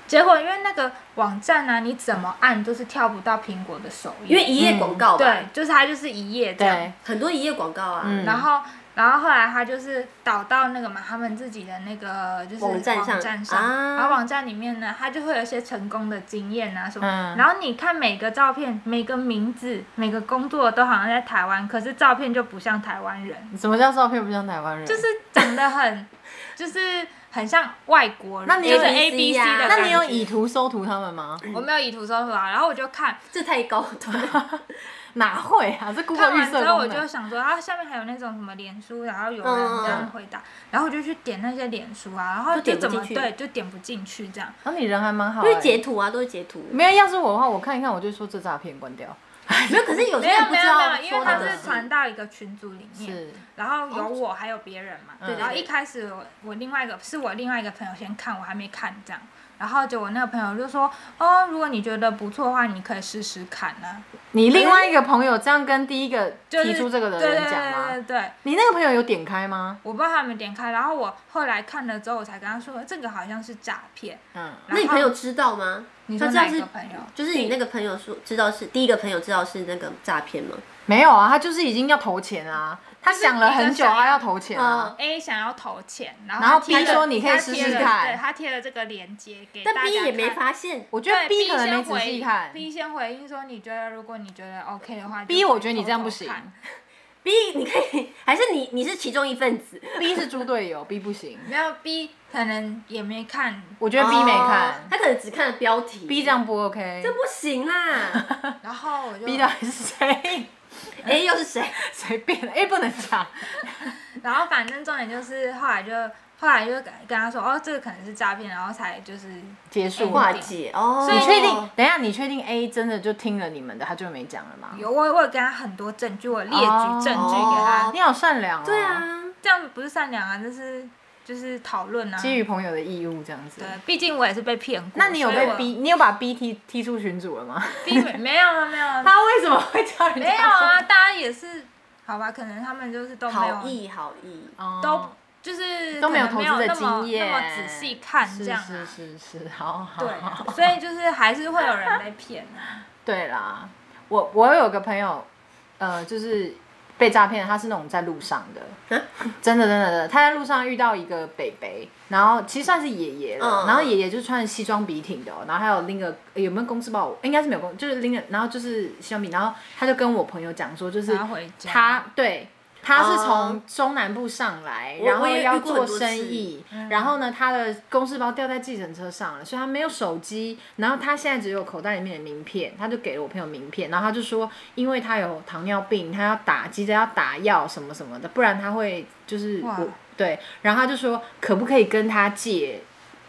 [SPEAKER 1] 结果因为那个网站呢、你怎么按都是跳不到苹果的首页，
[SPEAKER 3] 因为一页广告吧
[SPEAKER 1] 对，，就是它就是一页这样
[SPEAKER 2] 对，，
[SPEAKER 3] 很多一页广告啊，
[SPEAKER 2] 嗯
[SPEAKER 1] 然后。然后后来他就是导到那个嘛，他们自己的那个就是
[SPEAKER 3] 网站上啊
[SPEAKER 1] 然后网站里面呢，他就会有一些成功的经验啊什么。
[SPEAKER 2] 嗯
[SPEAKER 1] 然后你看每个照片、每个名字、每个工作都好像在台湾，可是照片就不像台湾人，
[SPEAKER 2] 什么叫照片不像台湾人？
[SPEAKER 1] 就是长得很，就是很像外国人，
[SPEAKER 2] 那你
[SPEAKER 1] 就
[SPEAKER 2] 有
[SPEAKER 1] 是 A B
[SPEAKER 3] ABC
[SPEAKER 1] C
[SPEAKER 3] 啊
[SPEAKER 1] 的感觉。
[SPEAKER 2] 那你有以图搜图他们吗？
[SPEAKER 1] 我没有以图搜图啊，然后我就看，
[SPEAKER 3] 这太高端。
[SPEAKER 2] 哪会啊？这 Google
[SPEAKER 1] 看
[SPEAKER 2] 预
[SPEAKER 1] 完
[SPEAKER 2] 设
[SPEAKER 1] 之后我
[SPEAKER 2] 功
[SPEAKER 1] 就
[SPEAKER 2] 能
[SPEAKER 1] 想说，啊，下面还有那种什么脸书，然后有人这样回答，然后我就去点那些脸书啊，然后
[SPEAKER 3] 就点不
[SPEAKER 1] 怎么
[SPEAKER 3] 进去
[SPEAKER 1] 对，就点不进去这样。
[SPEAKER 2] 啊，你人还蛮好、
[SPEAKER 3] 因为
[SPEAKER 2] 欸。
[SPEAKER 3] 截图啊，都是截 图。
[SPEAKER 2] 没有，要是我的话，我看一看，我就说这诈骗，关掉。
[SPEAKER 3] 没有，可是有些
[SPEAKER 1] 没有
[SPEAKER 3] 人不
[SPEAKER 1] 没
[SPEAKER 3] 知
[SPEAKER 1] 有
[SPEAKER 3] 道
[SPEAKER 1] 没有，因为
[SPEAKER 3] 说
[SPEAKER 1] 它
[SPEAKER 3] 那
[SPEAKER 1] 是
[SPEAKER 3] 个
[SPEAKER 1] 传到一个群组里面，
[SPEAKER 2] 是，
[SPEAKER 1] 然后有我还有别人嘛，
[SPEAKER 2] 嗯
[SPEAKER 1] 然后一开始我我另外一个是我另外一个朋友先看，我还没看这样。然后就我那个朋友就说，哦，如果你觉得不错的话，你可以试试看啊。
[SPEAKER 2] 你另外一个朋友这样跟第一个
[SPEAKER 1] 就是
[SPEAKER 2] 提出这个的人讲吗？
[SPEAKER 1] 对对对对对，
[SPEAKER 2] 你那个朋友有点开吗？
[SPEAKER 1] 我不知道他们点开，然后我后来看了之后，我才跟他说这个好像是诈骗。
[SPEAKER 2] 嗯，
[SPEAKER 1] 然
[SPEAKER 3] 那
[SPEAKER 1] 后
[SPEAKER 3] 你朋友知道吗？
[SPEAKER 1] 你
[SPEAKER 3] 他
[SPEAKER 1] 说
[SPEAKER 3] 知道
[SPEAKER 1] 哪一
[SPEAKER 3] 是
[SPEAKER 1] 个朋友？
[SPEAKER 3] 就是你那个朋友说知道是第一个朋友知道是那个诈骗吗？
[SPEAKER 2] 没有啊，他就是已经要投钱啊，他想了很
[SPEAKER 1] 就是一个
[SPEAKER 2] 久，
[SPEAKER 1] 想嗯
[SPEAKER 2] 他要投钱啊。
[SPEAKER 1] A 想要投钱，然后
[SPEAKER 2] 然后
[SPEAKER 1] 他贴
[SPEAKER 2] B
[SPEAKER 1] 了
[SPEAKER 2] 说你可以
[SPEAKER 1] 他
[SPEAKER 2] 试
[SPEAKER 1] 贴
[SPEAKER 2] 试
[SPEAKER 1] 了
[SPEAKER 2] 看
[SPEAKER 1] 对他贴了这个链接给大家
[SPEAKER 3] 但 B
[SPEAKER 1] 看。
[SPEAKER 3] 也没发现，
[SPEAKER 2] 我觉
[SPEAKER 1] 对
[SPEAKER 2] 得
[SPEAKER 1] B
[SPEAKER 2] 可能没
[SPEAKER 1] 先
[SPEAKER 2] 仔
[SPEAKER 1] 回
[SPEAKER 2] 细看。
[SPEAKER 1] B 先回应说，你觉得如果你觉得 OK 的话就
[SPEAKER 2] B 我觉得
[SPEAKER 1] 可以
[SPEAKER 2] 你这样不行
[SPEAKER 1] 偷偷看
[SPEAKER 3] B 你可以还是你你是其中一份子，
[SPEAKER 2] B 是猪队友，B 不行。
[SPEAKER 1] 没有 B 可能也没看，
[SPEAKER 2] 我觉得 B 没
[SPEAKER 3] 哦
[SPEAKER 2] 看、
[SPEAKER 3] 他可能只看了标题。
[SPEAKER 2] b 这样不 OK。
[SPEAKER 3] 这不 行啦
[SPEAKER 1] 然后我就
[SPEAKER 2] ，B 到底是谁？
[SPEAKER 3] ，A 又是谁？
[SPEAKER 2] 随便哎，不能讲。
[SPEAKER 1] 然后反正重点就是后来就后来就跟跟他说，哦，这个可能是诈骗，然后才就是
[SPEAKER 2] 结
[SPEAKER 1] 哎
[SPEAKER 2] 束。
[SPEAKER 3] 化解哦。
[SPEAKER 1] 所以
[SPEAKER 2] 你确定？等一下，你确定 A 真的就听了你们的，他就没讲了吗？
[SPEAKER 1] 有我我有给他很多证据，我列举证据给他
[SPEAKER 3] 哦
[SPEAKER 2] 你好善良哦。
[SPEAKER 3] 对，啊，
[SPEAKER 1] 这样不是善良啊，这是就是讨论啊。
[SPEAKER 2] 基于朋友的义务这样子
[SPEAKER 1] 对。，毕竟我也是被骗过。
[SPEAKER 2] 那你有
[SPEAKER 1] 所以
[SPEAKER 2] 被
[SPEAKER 1] 我
[SPEAKER 2] 逼？？你有把 B 踢踢出群组了吗？
[SPEAKER 1] 逼没没有啊，没有啊，
[SPEAKER 2] 他为什么会叫人家？
[SPEAKER 1] 没有啊，大家也是好吧？可能他们就是都没
[SPEAKER 3] 好
[SPEAKER 1] 有，
[SPEAKER 3] 意好意，
[SPEAKER 2] 哦
[SPEAKER 1] 都就是
[SPEAKER 2] 都没有
[SPEAKER 1] 可能
[SPEAKER 2] 投
[SPEAKER 1] 没
[SPEAKER 2] 资的
[SPEAKER 1] 那么
[SPEAKER 2] 经验，
[SPEAKER 1] 那么仔细看这样
[SPEAKER 2] 是
[SPEAKER 1] 啊。
[SPEAKER 2] 是是是，好好
[SPEAKER 1] 对
[SPEAKER 2] 好
[SPEAKER 1] 啊，所以就是还是会有人 被骗啊。
[SPEAKER 2] 对啦，我我有个朋友，呃，就是被诈骗，他是那种在路上的，真的真的真的，他在路上遇到一个北北，然后其实算是爷爷了，
[SPEAKER 3] 嗯
[SPEAKER 2] 然后爷爷就是穿西装笔挺的哦、然后还有拎个有没有公司包？应该是没有公，就是拎个，然后就是西装笔，然后他就跟我朋友讲说，就是
[SPEAKER 1] 他回家
[SPEAKER 2] 他对。他是从
[SPEAKER 3] 哦
[SPEAKER 2] 中南部上来，
[SPEAKER 3] 我
[SPEAKER 2] 然后
[SPEAKER 3] 我也
[SPEAKER 2] 要
[SPEAKER 3] 遇过
[SPEAKER 2] 做
[SPEAKER 3] 很多
[SPEAKER 2] 生
[SPEAKER 3] 次嗯
[SPEAKER 2] 意，然后呢，他的公事包掉在计程车上了，所以他没有手机。然后他现在只有口袋里面的名片，他就给了我朋友名片。然后他就说，因为他有糖尿病，他要打急着要打药什么什么的，不然他会就是
[SPEAKER 1] 哇
[SPEAKER 2] 我对。然后他就说，可不可以跟他借？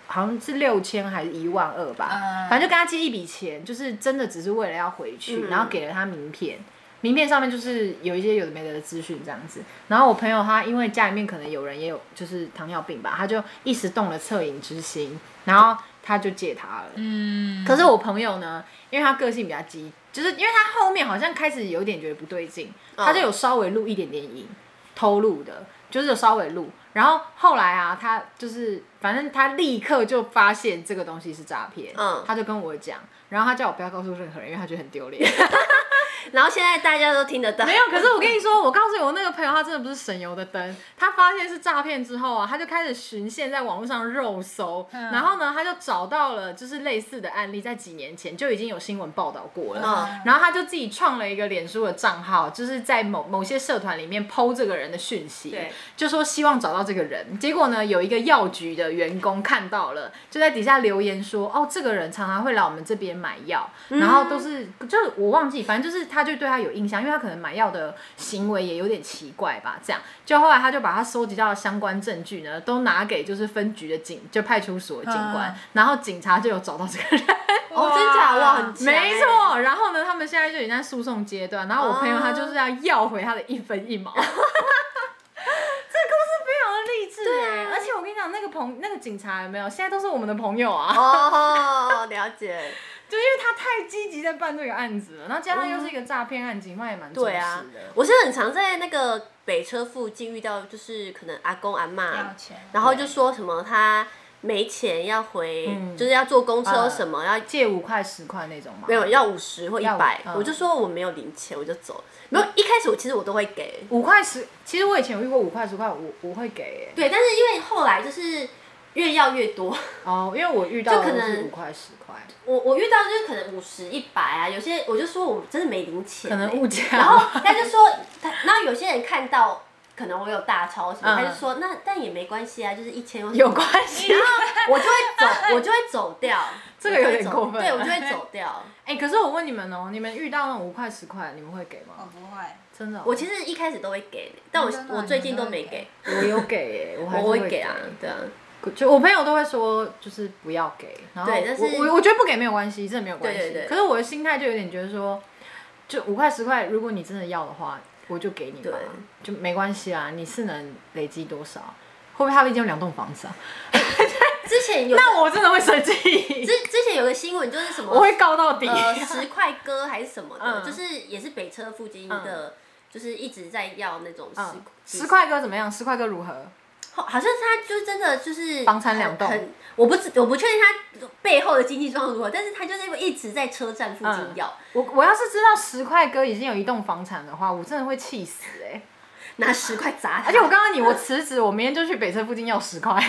[SPEAKER 2] 好像是六千还是一万二吧，
[SPEAKER 1] 嗯
[SPEAKER 2] 反正就跟他借一笔钱，就是真的只是为了要回去，
[SPEAKER 3] 嗯
[SPEAKER 2] 然后给了他名片，名片上面就是有一些有的没的的资讯这样子。然后我朋友他因为家里面可能有人也有就是糖尿病吧，他就一时动了恻隐之心，然后他就借他了。
[SPEAKER 1] 嗯，
[SPEAKER 2] 可是我朋友呢，因为他个性比较急，就是因为他后面好像开始有点觉得不对劲，
[SPEAKER 3] 嗯
[SPEAKER 2] 他就有稍微录一点点影，偷录的，就是有稍微录。然后后来啊，他就是反正他立刻就发现这个东西是诈骗，
[SPEAKER 3] 嗯
[SPEAKER 2] 他就跟我讲，然后他叫我不要告诉任何人，因为他觉得很丢脸。
[SPEAKER 3] 然后现在大家都听得到，
[SPEAKER 2] 没有，可是我跟你说，我告诉你，我那个朋友他真的不是省油的灯。他发现是诈骗之后啊，他就开始循线在网络上肉搜，
[SPEAKER 1] 嗯
[SPEAKER 2] 然后呢，他就找到了就是类似的案例，在几年前就已经有新闻报道过了。
[SPEAKER 3] 嗯
[SPEAKER 2] 然后他就自己创了一个脸书的账号，就是在某某些社团里面剖这个人的讯息
[SPEAKER 3] 对，
[SPEAKER 2] 就说希望找到这个人。结果呢，有一个药局的员工看到了，就在底下留言说：“哦，这个人常常会来我们这边买药，然后都是就我忘记，反正就是他就对他有印象，因为他可能买药的行为也有点奇怪吧。”这样，就后来他就把他收集到的相关证据呢，都拿给就是分局的警，就派出所的警官，
[SPEAKER 1] 嗯
[SPEAKER 2] 然后警察就有找到这个人。
[SPEAKER 3] 哦，真假哇，
[SPEAKER 1] 哇
[SPEAKER 3] 很强
[SPEAKER 2] 没
[SPEAKER 3] 欸，
[SPEAKER 2] 错，然后呢，他们现在就已经在诉讼阶段，然后我朋友他就是要要回他的一分一毛。这 个故事非常的励志哎、
[SPEAKER 3] 啊
[SPEAKER 2] 而且我跟你讲，那个朋那个警察有没有？现在都是我们的朋友 啊，
[SPEAKER 3] 哦，了 解，
[SPEAKER 2] 就因为他太积极在办这个案子了，然后加上又是一个诈骗案，警方也蛮重视
[SPEAKER 3] 对啊
[SPEAKER 2] 的，。
[SPEAKER 3] 我是很常在那个北车附近遇到，就是可能阿公阿
[SPEAKER 1] 要
[SPEAKER 3] 嬷，
[SPEAKER 1] 钱，
[SPEAKER 3] 然后就说什么他没钱要回，
[SPEAKER 2] 嗯
[SPEAKER 3] 就是要坐公车
[SPEAKER 2] 嗯
[SPEAKER 3] 什么，要
[SPEAKER 2] 借五块十块那种嘛，
[SPEAKER 3] 没有要呃五呃十或一
[SPEAKER 2] 要
[SPEAKER 3] 百，
[SPEAKER 2] 嗯
[SPEAKER 3] 我就说我没有零钱，我就走了。没有，一开始我其实我都会给，
[SPEAKER 2] 五块十。其实我以前有遇过五块十块，我我会给哎、
[SPEAKER 3] 对，但是因为后来就是越要越多，
[SPEAKER 2] 哦，因为我遇到
[SPEAKER 3] 就可
[SPEAKER 2] 的都是
[SPEAKER 3] 能
[SPEAKER 2] 五块十块，
[SPEAKER 3] 我我遇到就是可能五十、一百啊，有些我就说我真的没零钱、
[SPEAKER 2] 可能
[SPEAKER 3] 欸
[SPEAKER 2] 物价。
[SPEAKER 3] 然后他就说，他然后有些人看到可能我有大钞什么，
[SPEAKER 2] 嗯
[SPEAKER 3] 他就说那但也没关系啊，就是一千有什 么
[SPEAKER 2] 有关系。
[SPEAKER 3] 我就会 走，我就会走掉。
[SPEAKER 2] 这个有点
[SPEAKER 3] 我就会走
[SPEAKER 2] 过分
[SPEAKER 3] 对我就会走 掉。
[SPEAKER 2] 哎、可是我问你们哦、你们遇到那种五块十块，你们会给吗？
[SPEAKER 1] 我不会。
[SPEAKER 2] 真的哦、
[SPEAKER 3] 我其实一开始都会给，但我
[SPEAKER 1] 真的啊
[SPEAKER 3] 我最近都没
[SPEAKER 1] 你
[SPEAKER 3] 给，
[SPEAKER 2] 我有给、欸，我还
[SPEAKER 3] 我
[SPEAKER 2] 是
[SPEAKER 3] 会
[SPEAKER 2] 给
[SPEAKER 3] 给啊，对啊，
[SPEAKER 2] 就我朋友都会说，就是不要给。然后
[SPEAKER 3] 对但是
[SPEAKER 2] 我我我觉得不给没有关系，真的没有关系。
[SPEAKER 3] 对对对
[SPEAKER 2] 可是我的心态就有点觉得说，就五块十块，如果你真的要的话，我就给你吧，就没关系啊。你是能累积多少？会不会他已经有两栋房子啊？
[SPEAKER 3] 之前有
[SPEAKER 2] 那我真的会生气，
[SPEAKER 3] 之之前有个新闻就是什么，
[SPEAKER 2] 我会告到底。
[SPEAKER 3] 呃十块哥还是什么的，
[SPEAKER 2] 嗯
[SPEAKER 3] 就是也是北车附近的，就是一直在要那种十
[SPEAKER 2] 嗯，十，块哥怎么样？十块哥如何？
[SPEAKER 3] 好好像是他就真的就是
[SPEAKER 2] 房产两栋
[SPEAKER 3] 很，很我不知我不确定他背后的经济状况如何，但是他就是一直在车站附
[SPEAKER 2] 嗯
[SPEAKER 3] 近要、
[SPEAKER 2] 我我要是知道十块哥已经有一栋房产的话，我真的会气死哎、
[SPEAKER 3] 拿十块砸他，
[SPEAKER 2] 而且我告诉你，我辞职，我明天就去北车附近要十块。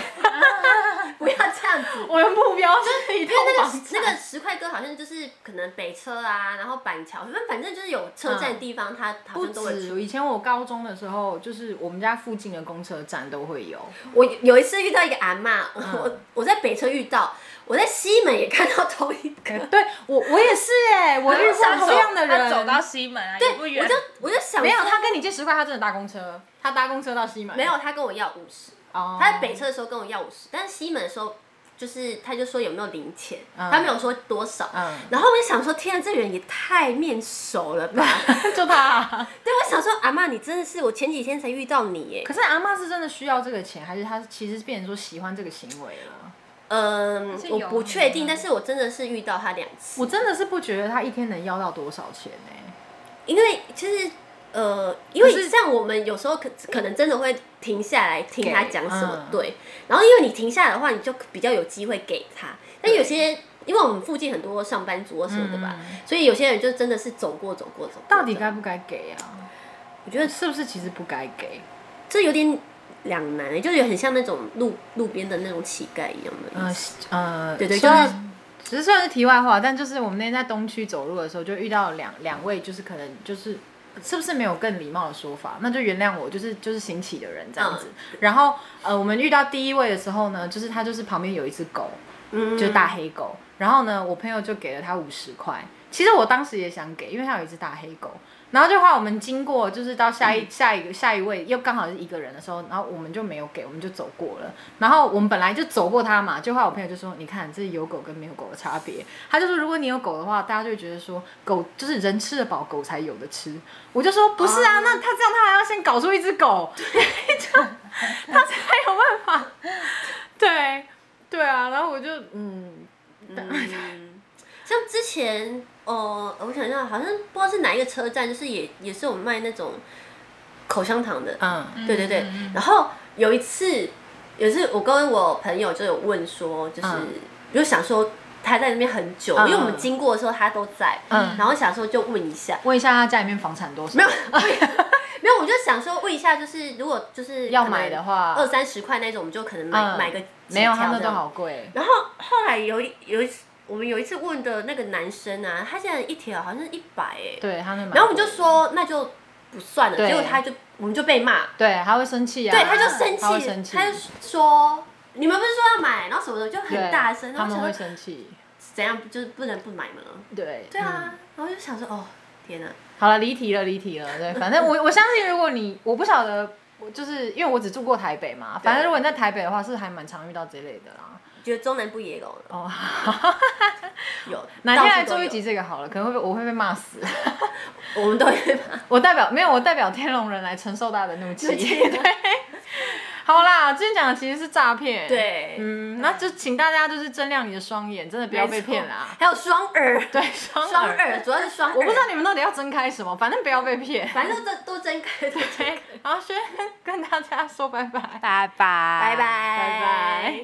[SPEAKER 3] 不要这样子。
[SPEAKER 2] 我的目标是一
[SPEAKER 3] 因
[SPEAKER 2] 栋
[SPEAKER 3] 为那
[SPEAKER 2] 房
[SPEAKER 3] 个
[SPEAKER 2] 子。
[SPEAKER 3] 那个石块哥好像就是可能北车啊，然后板桥，反正反正就是有车站的地方，他好
[SPEAKER 2] 嗯不
[SPEAKER 3] 像都会出。
[SPEAKER 2] 止，以前我高中的时候，就是我们家附近的公车站都会有。
[SPEAKER 3] 我有一次遇到一个阿嬷，
[SPEAKER 2] 嗯
[SPEAKER 3] 我我在北车遇到，我在西门也看到同一个，
[SPEAKER 2] 对我，我也是哎、我遇过同样的
[SPEAKER 1] 他走
[SPEAKER 2] 人。
[SPEAKER 1] 到西门啊，对，不远
[SPEAKER 3] 我就我就想
[SPEAKER 2] 没有，
[SPEAKER 3] 说
[SPEAKER 2] 他跟你借十块，他真的搭公车，他搭公车到西门。
[SPEAKER 3] 没有，他跟我要五十，
[SPEAKER 2] 哦，
[SPEAKER 3] 他在北车的时候跟我要五十，但是西门的时候就是他就说有没有零钱，
[SPEAKER 2] 嗯
[SPEAKER 3] 他没有说多少。
[SPEAKER 2] 嗯，
[SPEAKER 3] 然后我就想说，天啊，这人也太面熟了 吧？
[SPEAKER 2] 就他 啊。
[SPEAKER 3] 对，我想说，阿妈，你真的是我前几天才遇到你耶。
[SPEAKER 2] 可是阿妈是真的需要这个钱，还是她其实变成说喜欢这个行为了？
[SPEAKER 3] 嗯
[SPEAKER 1] 是，
[SPEAKER 3] 我
[SPEAKER 1] 有
[SPEAKER 3] 不
[SPEAKER 1] 你
[SPEAKER 3] 确定，
[SPEAKER 1] 吗
[SPEAKER 3] 但是我真的是遇到他两次。
[SPEAKER 2] 我真的是不觉得她一天能要到多少钱欸呢、
[SPEAKER 3] 因为就是呃，因为
[SPEAKER 2] 可是
[SPEAKER 3] 像我们有时候可可能真的会停下来听他讲什么
[SPEAKER 2] 嗯，
[SPEAKER 3] 对。然后因为你停下来的话，你就比较有机会给他。但
[SPEAKER 2] 对
[SPEAKER 3] 有些因为我们附近很多上班族或啊什么的吧，
[SPEAKER 2] 嗯
[SPEAKER 3] 所以有些人就真的是走过走过走过。
[SPEAKER 2] 到底该不该给啊？
[SPEAKER 3] 我觉得
[SPEAKER 2] 是不是其实不该给？
[SPEAKER 3] 这有点两难、欸就是有很像那种路路边的那种乞丐一样的意
[SPEAKER 2] 呃
[SPEAKER 3] 思。
[SPEAKER 2] 呃，
[SPEAKER 3] 对对，
[SPEAKER 2] 虽
[SPEAKER 3] 就是
[SPEAKER 2] 然只是算是题外话，但就是我们那天在东区走路的时候，就遇到两两位，就是可能就是是不是没有更礼貌的说法，那就原谅我，就是就是行乞的人这样子。然后呃，我们遇到第一位的时候呢，就是他就是旁边有一只狗，
[SPEAKER 3] 嗯
[SPEAKER 2] 就是大黑狗。然后呢，我朋友就给了他五十块。其实我当时也想给，因为他有一只大黑狗。然后就后来我们经过，就是到下一、下一个下一位，又刚好是一个人的时候，然后我们就没有给，我们就走过了。然后我们本来就走过它嘛，就后来我朋友就说：“你看，这是有狗跟没有狗的差别。”他就说：“如果你有狗的话，大家就会觉得说狗就是人吃得饱，狗才有的吃。”我就说：“不是啊，那他这样他还要先搞出一只狗， 他才有办法。”对，对啊。然后我就嗯，
[SPEAKER 3] 嗯， 像之前，哦，我想想，好像不知道是哪一个车站，就是也也是有卖那种口香糖的，
[SPEAKER 2] 嗯
[SPEAKER 3] 对对对
[SPEAKER 1] 嗯。
[SPEAKER 3] 然后有一次，有一次我跟我朋友就有问说，就是
[SPEAKER 2] 嗯
[SPEAKER 3] 我就想说他在那边很久，
[SPEAKER 2] 嗯
[SPEAKER 3] 因为我们经过的时候他都在，
[SPEAKER 2] 嗯
[SPEAKER 3] 然后想说就问一下，
[SPEAKER 2] 问一下他家里面房产多少？
[SPEAKER 3] 没有，没有，我就想说问一下，就是如果就是
[SPEAKER 2] 要买的话
[SPEAKER 3] 二三十块那种，我们就可能买、
[SPEAKER 2] 嗯
[SPEAKER 3] 买个几
[SPEAKER 2] 没有，
[SPEAKER 3] 条
[SPEAKER 2] 他们
[SPEAKER 3] 这
[SPEAKER 2] 都
[SPEAKER 3] 样
[SPEAKER 2] 好贵。
[SPEAKER 3] 然后后来有一有一次，我们有一次问的那个男生啊，他现在一条好像一百哎，
[SPEAKER 2] 对他们，
[SPEAKER 3] 然后我们就，说那就不算了，
[SPEAKER 2] 对
[SPEAKER 3] 结果他就我们就被骂，
[SPEAKER 2] 对，他会生气啊，
[SPEAKER 3] 对，他就生
[SPEAKER 2] 他会
[SPEAKER 3] 气，
[SPEAKER 2] 生气，
[SPEAKER 3] 他就说你们不是说要买，然后什么的就很
[SPEAKER 2] 对
[SPEAKER 3] 大声，
[SPEAKER 2] 他
[SPEAKER 3] 然后
[SPEAKER 2] 们
[SPEAKER 3] 我
[SPEAKER 2] 会
[SPEAKER 3] 想说
[SPEAKER 2] 生气，
[SPEAKER 3] 怎样就是不能不买吗？
[SPEAKER 2] 对，
[SPEAKER 3] 对啊，
[SPEAKER 2] 嗯
[SPEAKER 3] 然后我就想说哦天哪，
[SPEAKER 2] 好了，离题了，离题了，对，反正我我相信，如果你我不晓得，我就是因为我只住过台北嘛，反正如果你在台北的话，是还蛮常遇到这类的啦。
[SPEAKER 3] 觉得中南部也有了
[SPEAKER 2] 哦，
[SPEAKER 3] 有，
[SPEAKER 2] 哪天来
[SPEAKER 3] 到处都
[SPEAKER 2] 做一
[SPEAKER 3] 有
[SPEAKER 2] 集，这个好了，可能会被我会被骂死。
[SPEAKER 3] 我们都会骂。
[SPEAKER 2] 我代表没有，我代表天龙人来承受大家的怒气。
[SPEAKER 3] 怒气
[SPEAKER 2] 对，好啦，今天讲的其实是诈骗。。
[SPEAKER 3] 对，
[SPEAKER 2] 嗯，那就请大家就是睁亮你的双眼，真的 不要被骗啦。
[SPEAKER 3] 还有双耳，
[SPEAKER 2] 对，双
[SPEAKER 3] 双
[SPEAKER 2] 耳，
[SPEAKER 3] 耳主要是双耳，
[SPEAKER 2] 我不知道你们到底要睁开什么，反正不要被骗。
[SPEAKER 3] 反正都都睁 开，都睁开。
[SPEAKER 2] 好，轩跟大家说拜拜。
[SPEAKER 1] 拜拜，
[SPEAKER 3] 拜
[SPEAKER 2] 拜
[SPEAKER 3] 拜，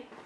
[SPEAKER 2] 拜。